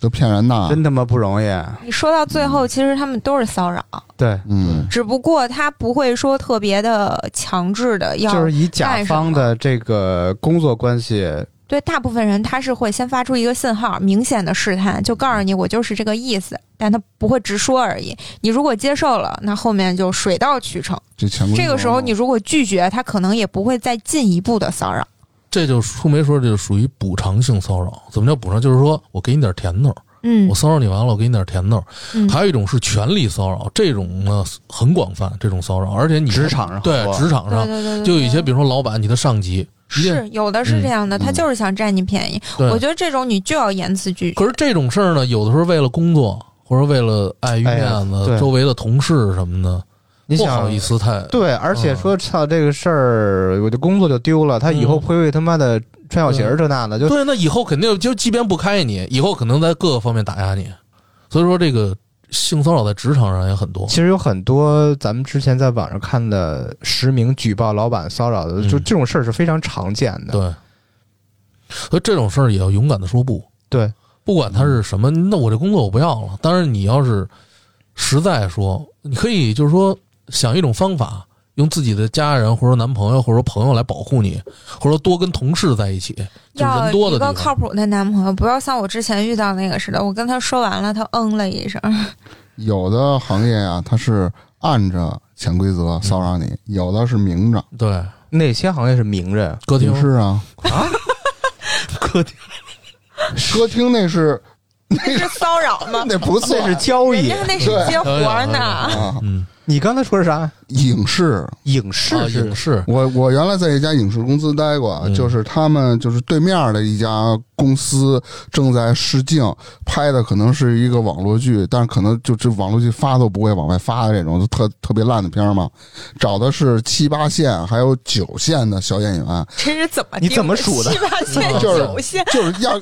就骗人呐，
真他妈不容易，啊
你说到最
嗯
后，其实他们都是骚扰，
对，
嗯，
只不过他不会说特别的强制的要，
就是以甲方的这个工作关系，
对，大部分人他是会先发出一个信号，明显的试探，就告诉你我就是这个意思，但他不会直说而已。你如果接受了，那后面就水到渠成。
这潜规则
这个时候你如果拒绝，他可能也不会再进一步的骚扰。
这就说没说这就属于补偿性骚扰？怎么叫补偿？就是说我给你点甜头，
嗯
我骚扰你完了，我给你点甜头。
嗯，
还有一种是权力骚扰，这种呢很广泛，这种骚扰，而且你
职场上
对
好多
职场
对
上
对对对，
就有一些，
对
比如说老板，你的上级一定
是有的是这样的，
嗯
他就是想占你便宜。我
对。
觉得这种你就要严词拒绝
可。是这种事儿呢，有的时候为了工作或者为了碍于
哎呀
面子，
对
周围的同事什么的，
你
不
想嗯
好意思太
对，而且说操这个事儿，我的工作就丢了，他以后
嗯
会为他妈的穿小鞋儿这那的，就
对，那以后肯定就即便不开你，以后可能在各个方面打压你。所以说，这个性骚扰在职场上也很多
其。实有很多咱们之前在网上看的实名举报老板骚扰的，
嗯
就这种事儿是非常常见的。
对，所以这种事儿也要勇敢的说不。
对，
不管他是什么，那我这工作我不要了。当然，你要是实在说，你可以就是说想一种方法，用自己的家人或者男朋友或者说朋友来保护你，或者说多跟同事在一起，就是
要
人多
一
的
个
地
靠
方。
谱的男朋友，不要像我之前遇到那个似的，我跟他说完了，他嗯了一声。 *laughs*
有的行业啊，它是按着潜规则骚扰
嗯
你，有的是明着，
对，
哪些行业是名 *laughs* 人？
歌厅
不是啊，
*laughs*
客厅
歌厅那是
这是骚扰
*laughs*
吗？
那不
*laughs*
*laughs*
算
那是交
人
易
家。那是接活儿呢。
啊，
嗯，
你刚才说是啥？
影视。
影视
啊
是
影视，
我我原来在一家影视公司待过，啊
嗯
就是他们就是对面的一家公司正在试镜，拍的可能是一个网络剧，但是可能就这网络剧发都不会往外发的这种，就特特别烂的片儿嘛。找的是七八线还有九线的小演员，
这是怎么
你怎么数的
七八线、
就是
九线，
*laughs* 就是压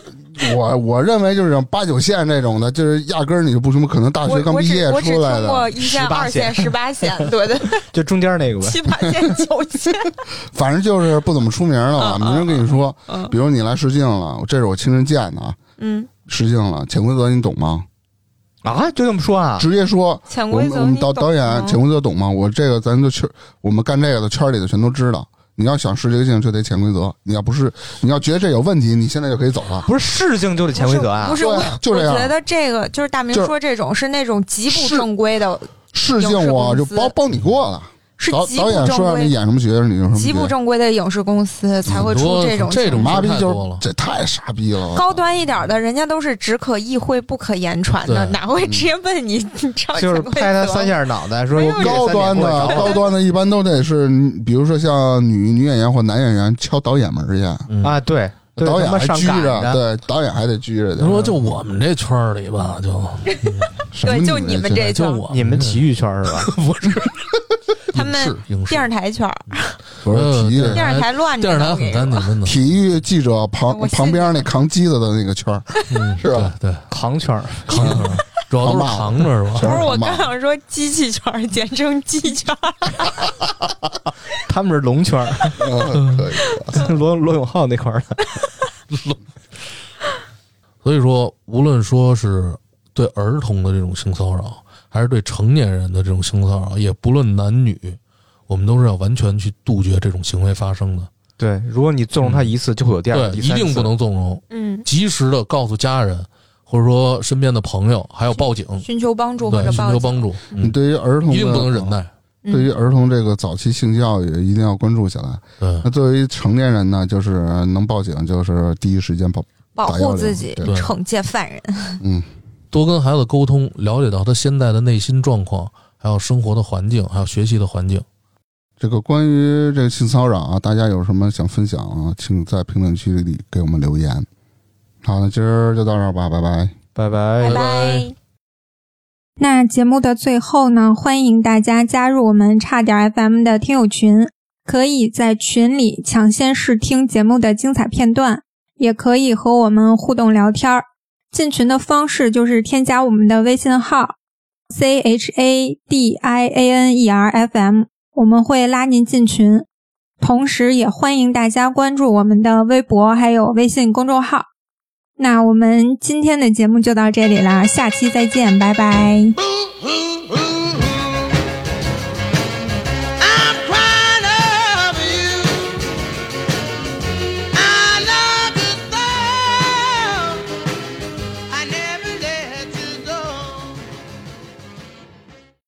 我我认为就是八九线这种的，就是压根儿你就不什么可能大
我
学刚
我
毕
只
业
我只
出来
听
的，
过一线、
18
二线、十八线，对
*laughs*
对，
就中间那个吧。
七八线、九线，
反正就是不怎么出名了吧。
嗯嗯
明儿跟你说，
嗯
比如你来试镜了，这是我亲身见的啊，
嗯，
试镜了，潜规则你懂吗？
啊，就这么说啊？
直接说，
潜
我
规
们
则
我们导导演
你懂啊
潜
吗
规则懂吗？我这个咱就圈，我们干这个的圈里的全都知道。你要想是这个性就得潜规则，你要不是你要觉得这有问题，你现在就可以走了。
不是事情就得潜规则啊
不，是，
对
我
啊就这样
我觉得这个就是大明
就是
说这种是那种极不
是
正规的，
事
影
情
视
我
公
就
司
包包你过了，
是
导
极
导
不
演
正
说让你
规、
演什么角色，你就什么嗯
极不
角色
正规的影视公司才会
很
出
多
这种
这
情
种
况
妈逼
嗯太多
就
了
是这太傻逼了。
高端一点的，人家都是只可意会不可言传的，
对
哪会
嗯
直接问你？ *laughs* 你
*laughs*
知道
就
潜
是
规
拍他
则
三下脑袋，说
没有
我
高端的高端的一般都得是，比如说像女女演员或男演员敲导演门儿去，
嗯
啊，对，对
导演
他妈
还
上
拘
赶
着，，对，导演还得拘着去。
你说就我们这圈儿里吧，就
什么
对，就你
你
们这
就
圈儿，
我
你们体
育
育圈是吧？
他们
影视
电视台圈儿，
嗯不是体育
呃
电视台乱着
电视台
呢。
很干净，真的。
体育记者旁
我信
旁边那扛机子的那个
*laughs*
圈儿，
嗯，
是吧？
对，对
扛圈儿，
扛着， *laughs* 主要都是扛着是
*laughs*
吧？
不
全
是我
他
刚
妈
想说机器圈儿，简称机圈儿。
他们是龙圈儿，
嗯可以。
罗罗永浩那块儿的，
所以说，无论说是对儿童的这种性骚扰，还是对成年人的这种性骚扰，也不论男女，我们都是要完全去杜绝这种行为发生的。
对，如果你纵容他一次，就会有第二、
对，
第
一
三次，
定不能纵容，
嗯，
及时的告诉家人，或者说身边的朋友，还有报警，
寻求帮助或
对，
者
寻
报
求
警。
帮助。
你
嗯，
对于儿童
一定不能忍
的，
耐。
嗯
对于儿童这个早期性教育一定要关注起来。
对
那，作为成年人呢，就是能报警就是第一时间报。
保
打幺
护
零
自己
对，
惩戒犯人。
嗯，
多跟孩子沟通，了解到他现在的内心状况，还有生活的环境，还有学习的环境。
这个关于这个性骚扰啊，大家有什么想分享啊，请在评论区里给我们留言。好，那今儿就到这儿吧，拜拜。
拜拜
拜拜。那节目的最后呢，欢迎大家加入我们差点 FM 的听友群，可以在群里抢先试听节目的精彩片段，也可以和我们互动聊天儿。进群的方式就是添加我们的微信号 c h a d i a n e r f m，我们会拉您进群。同时，也欢迎大家关注我们的微博还有微信公众号。那我们今天的节目就到这里啦，下期再见，拜拜。
Boo hoo.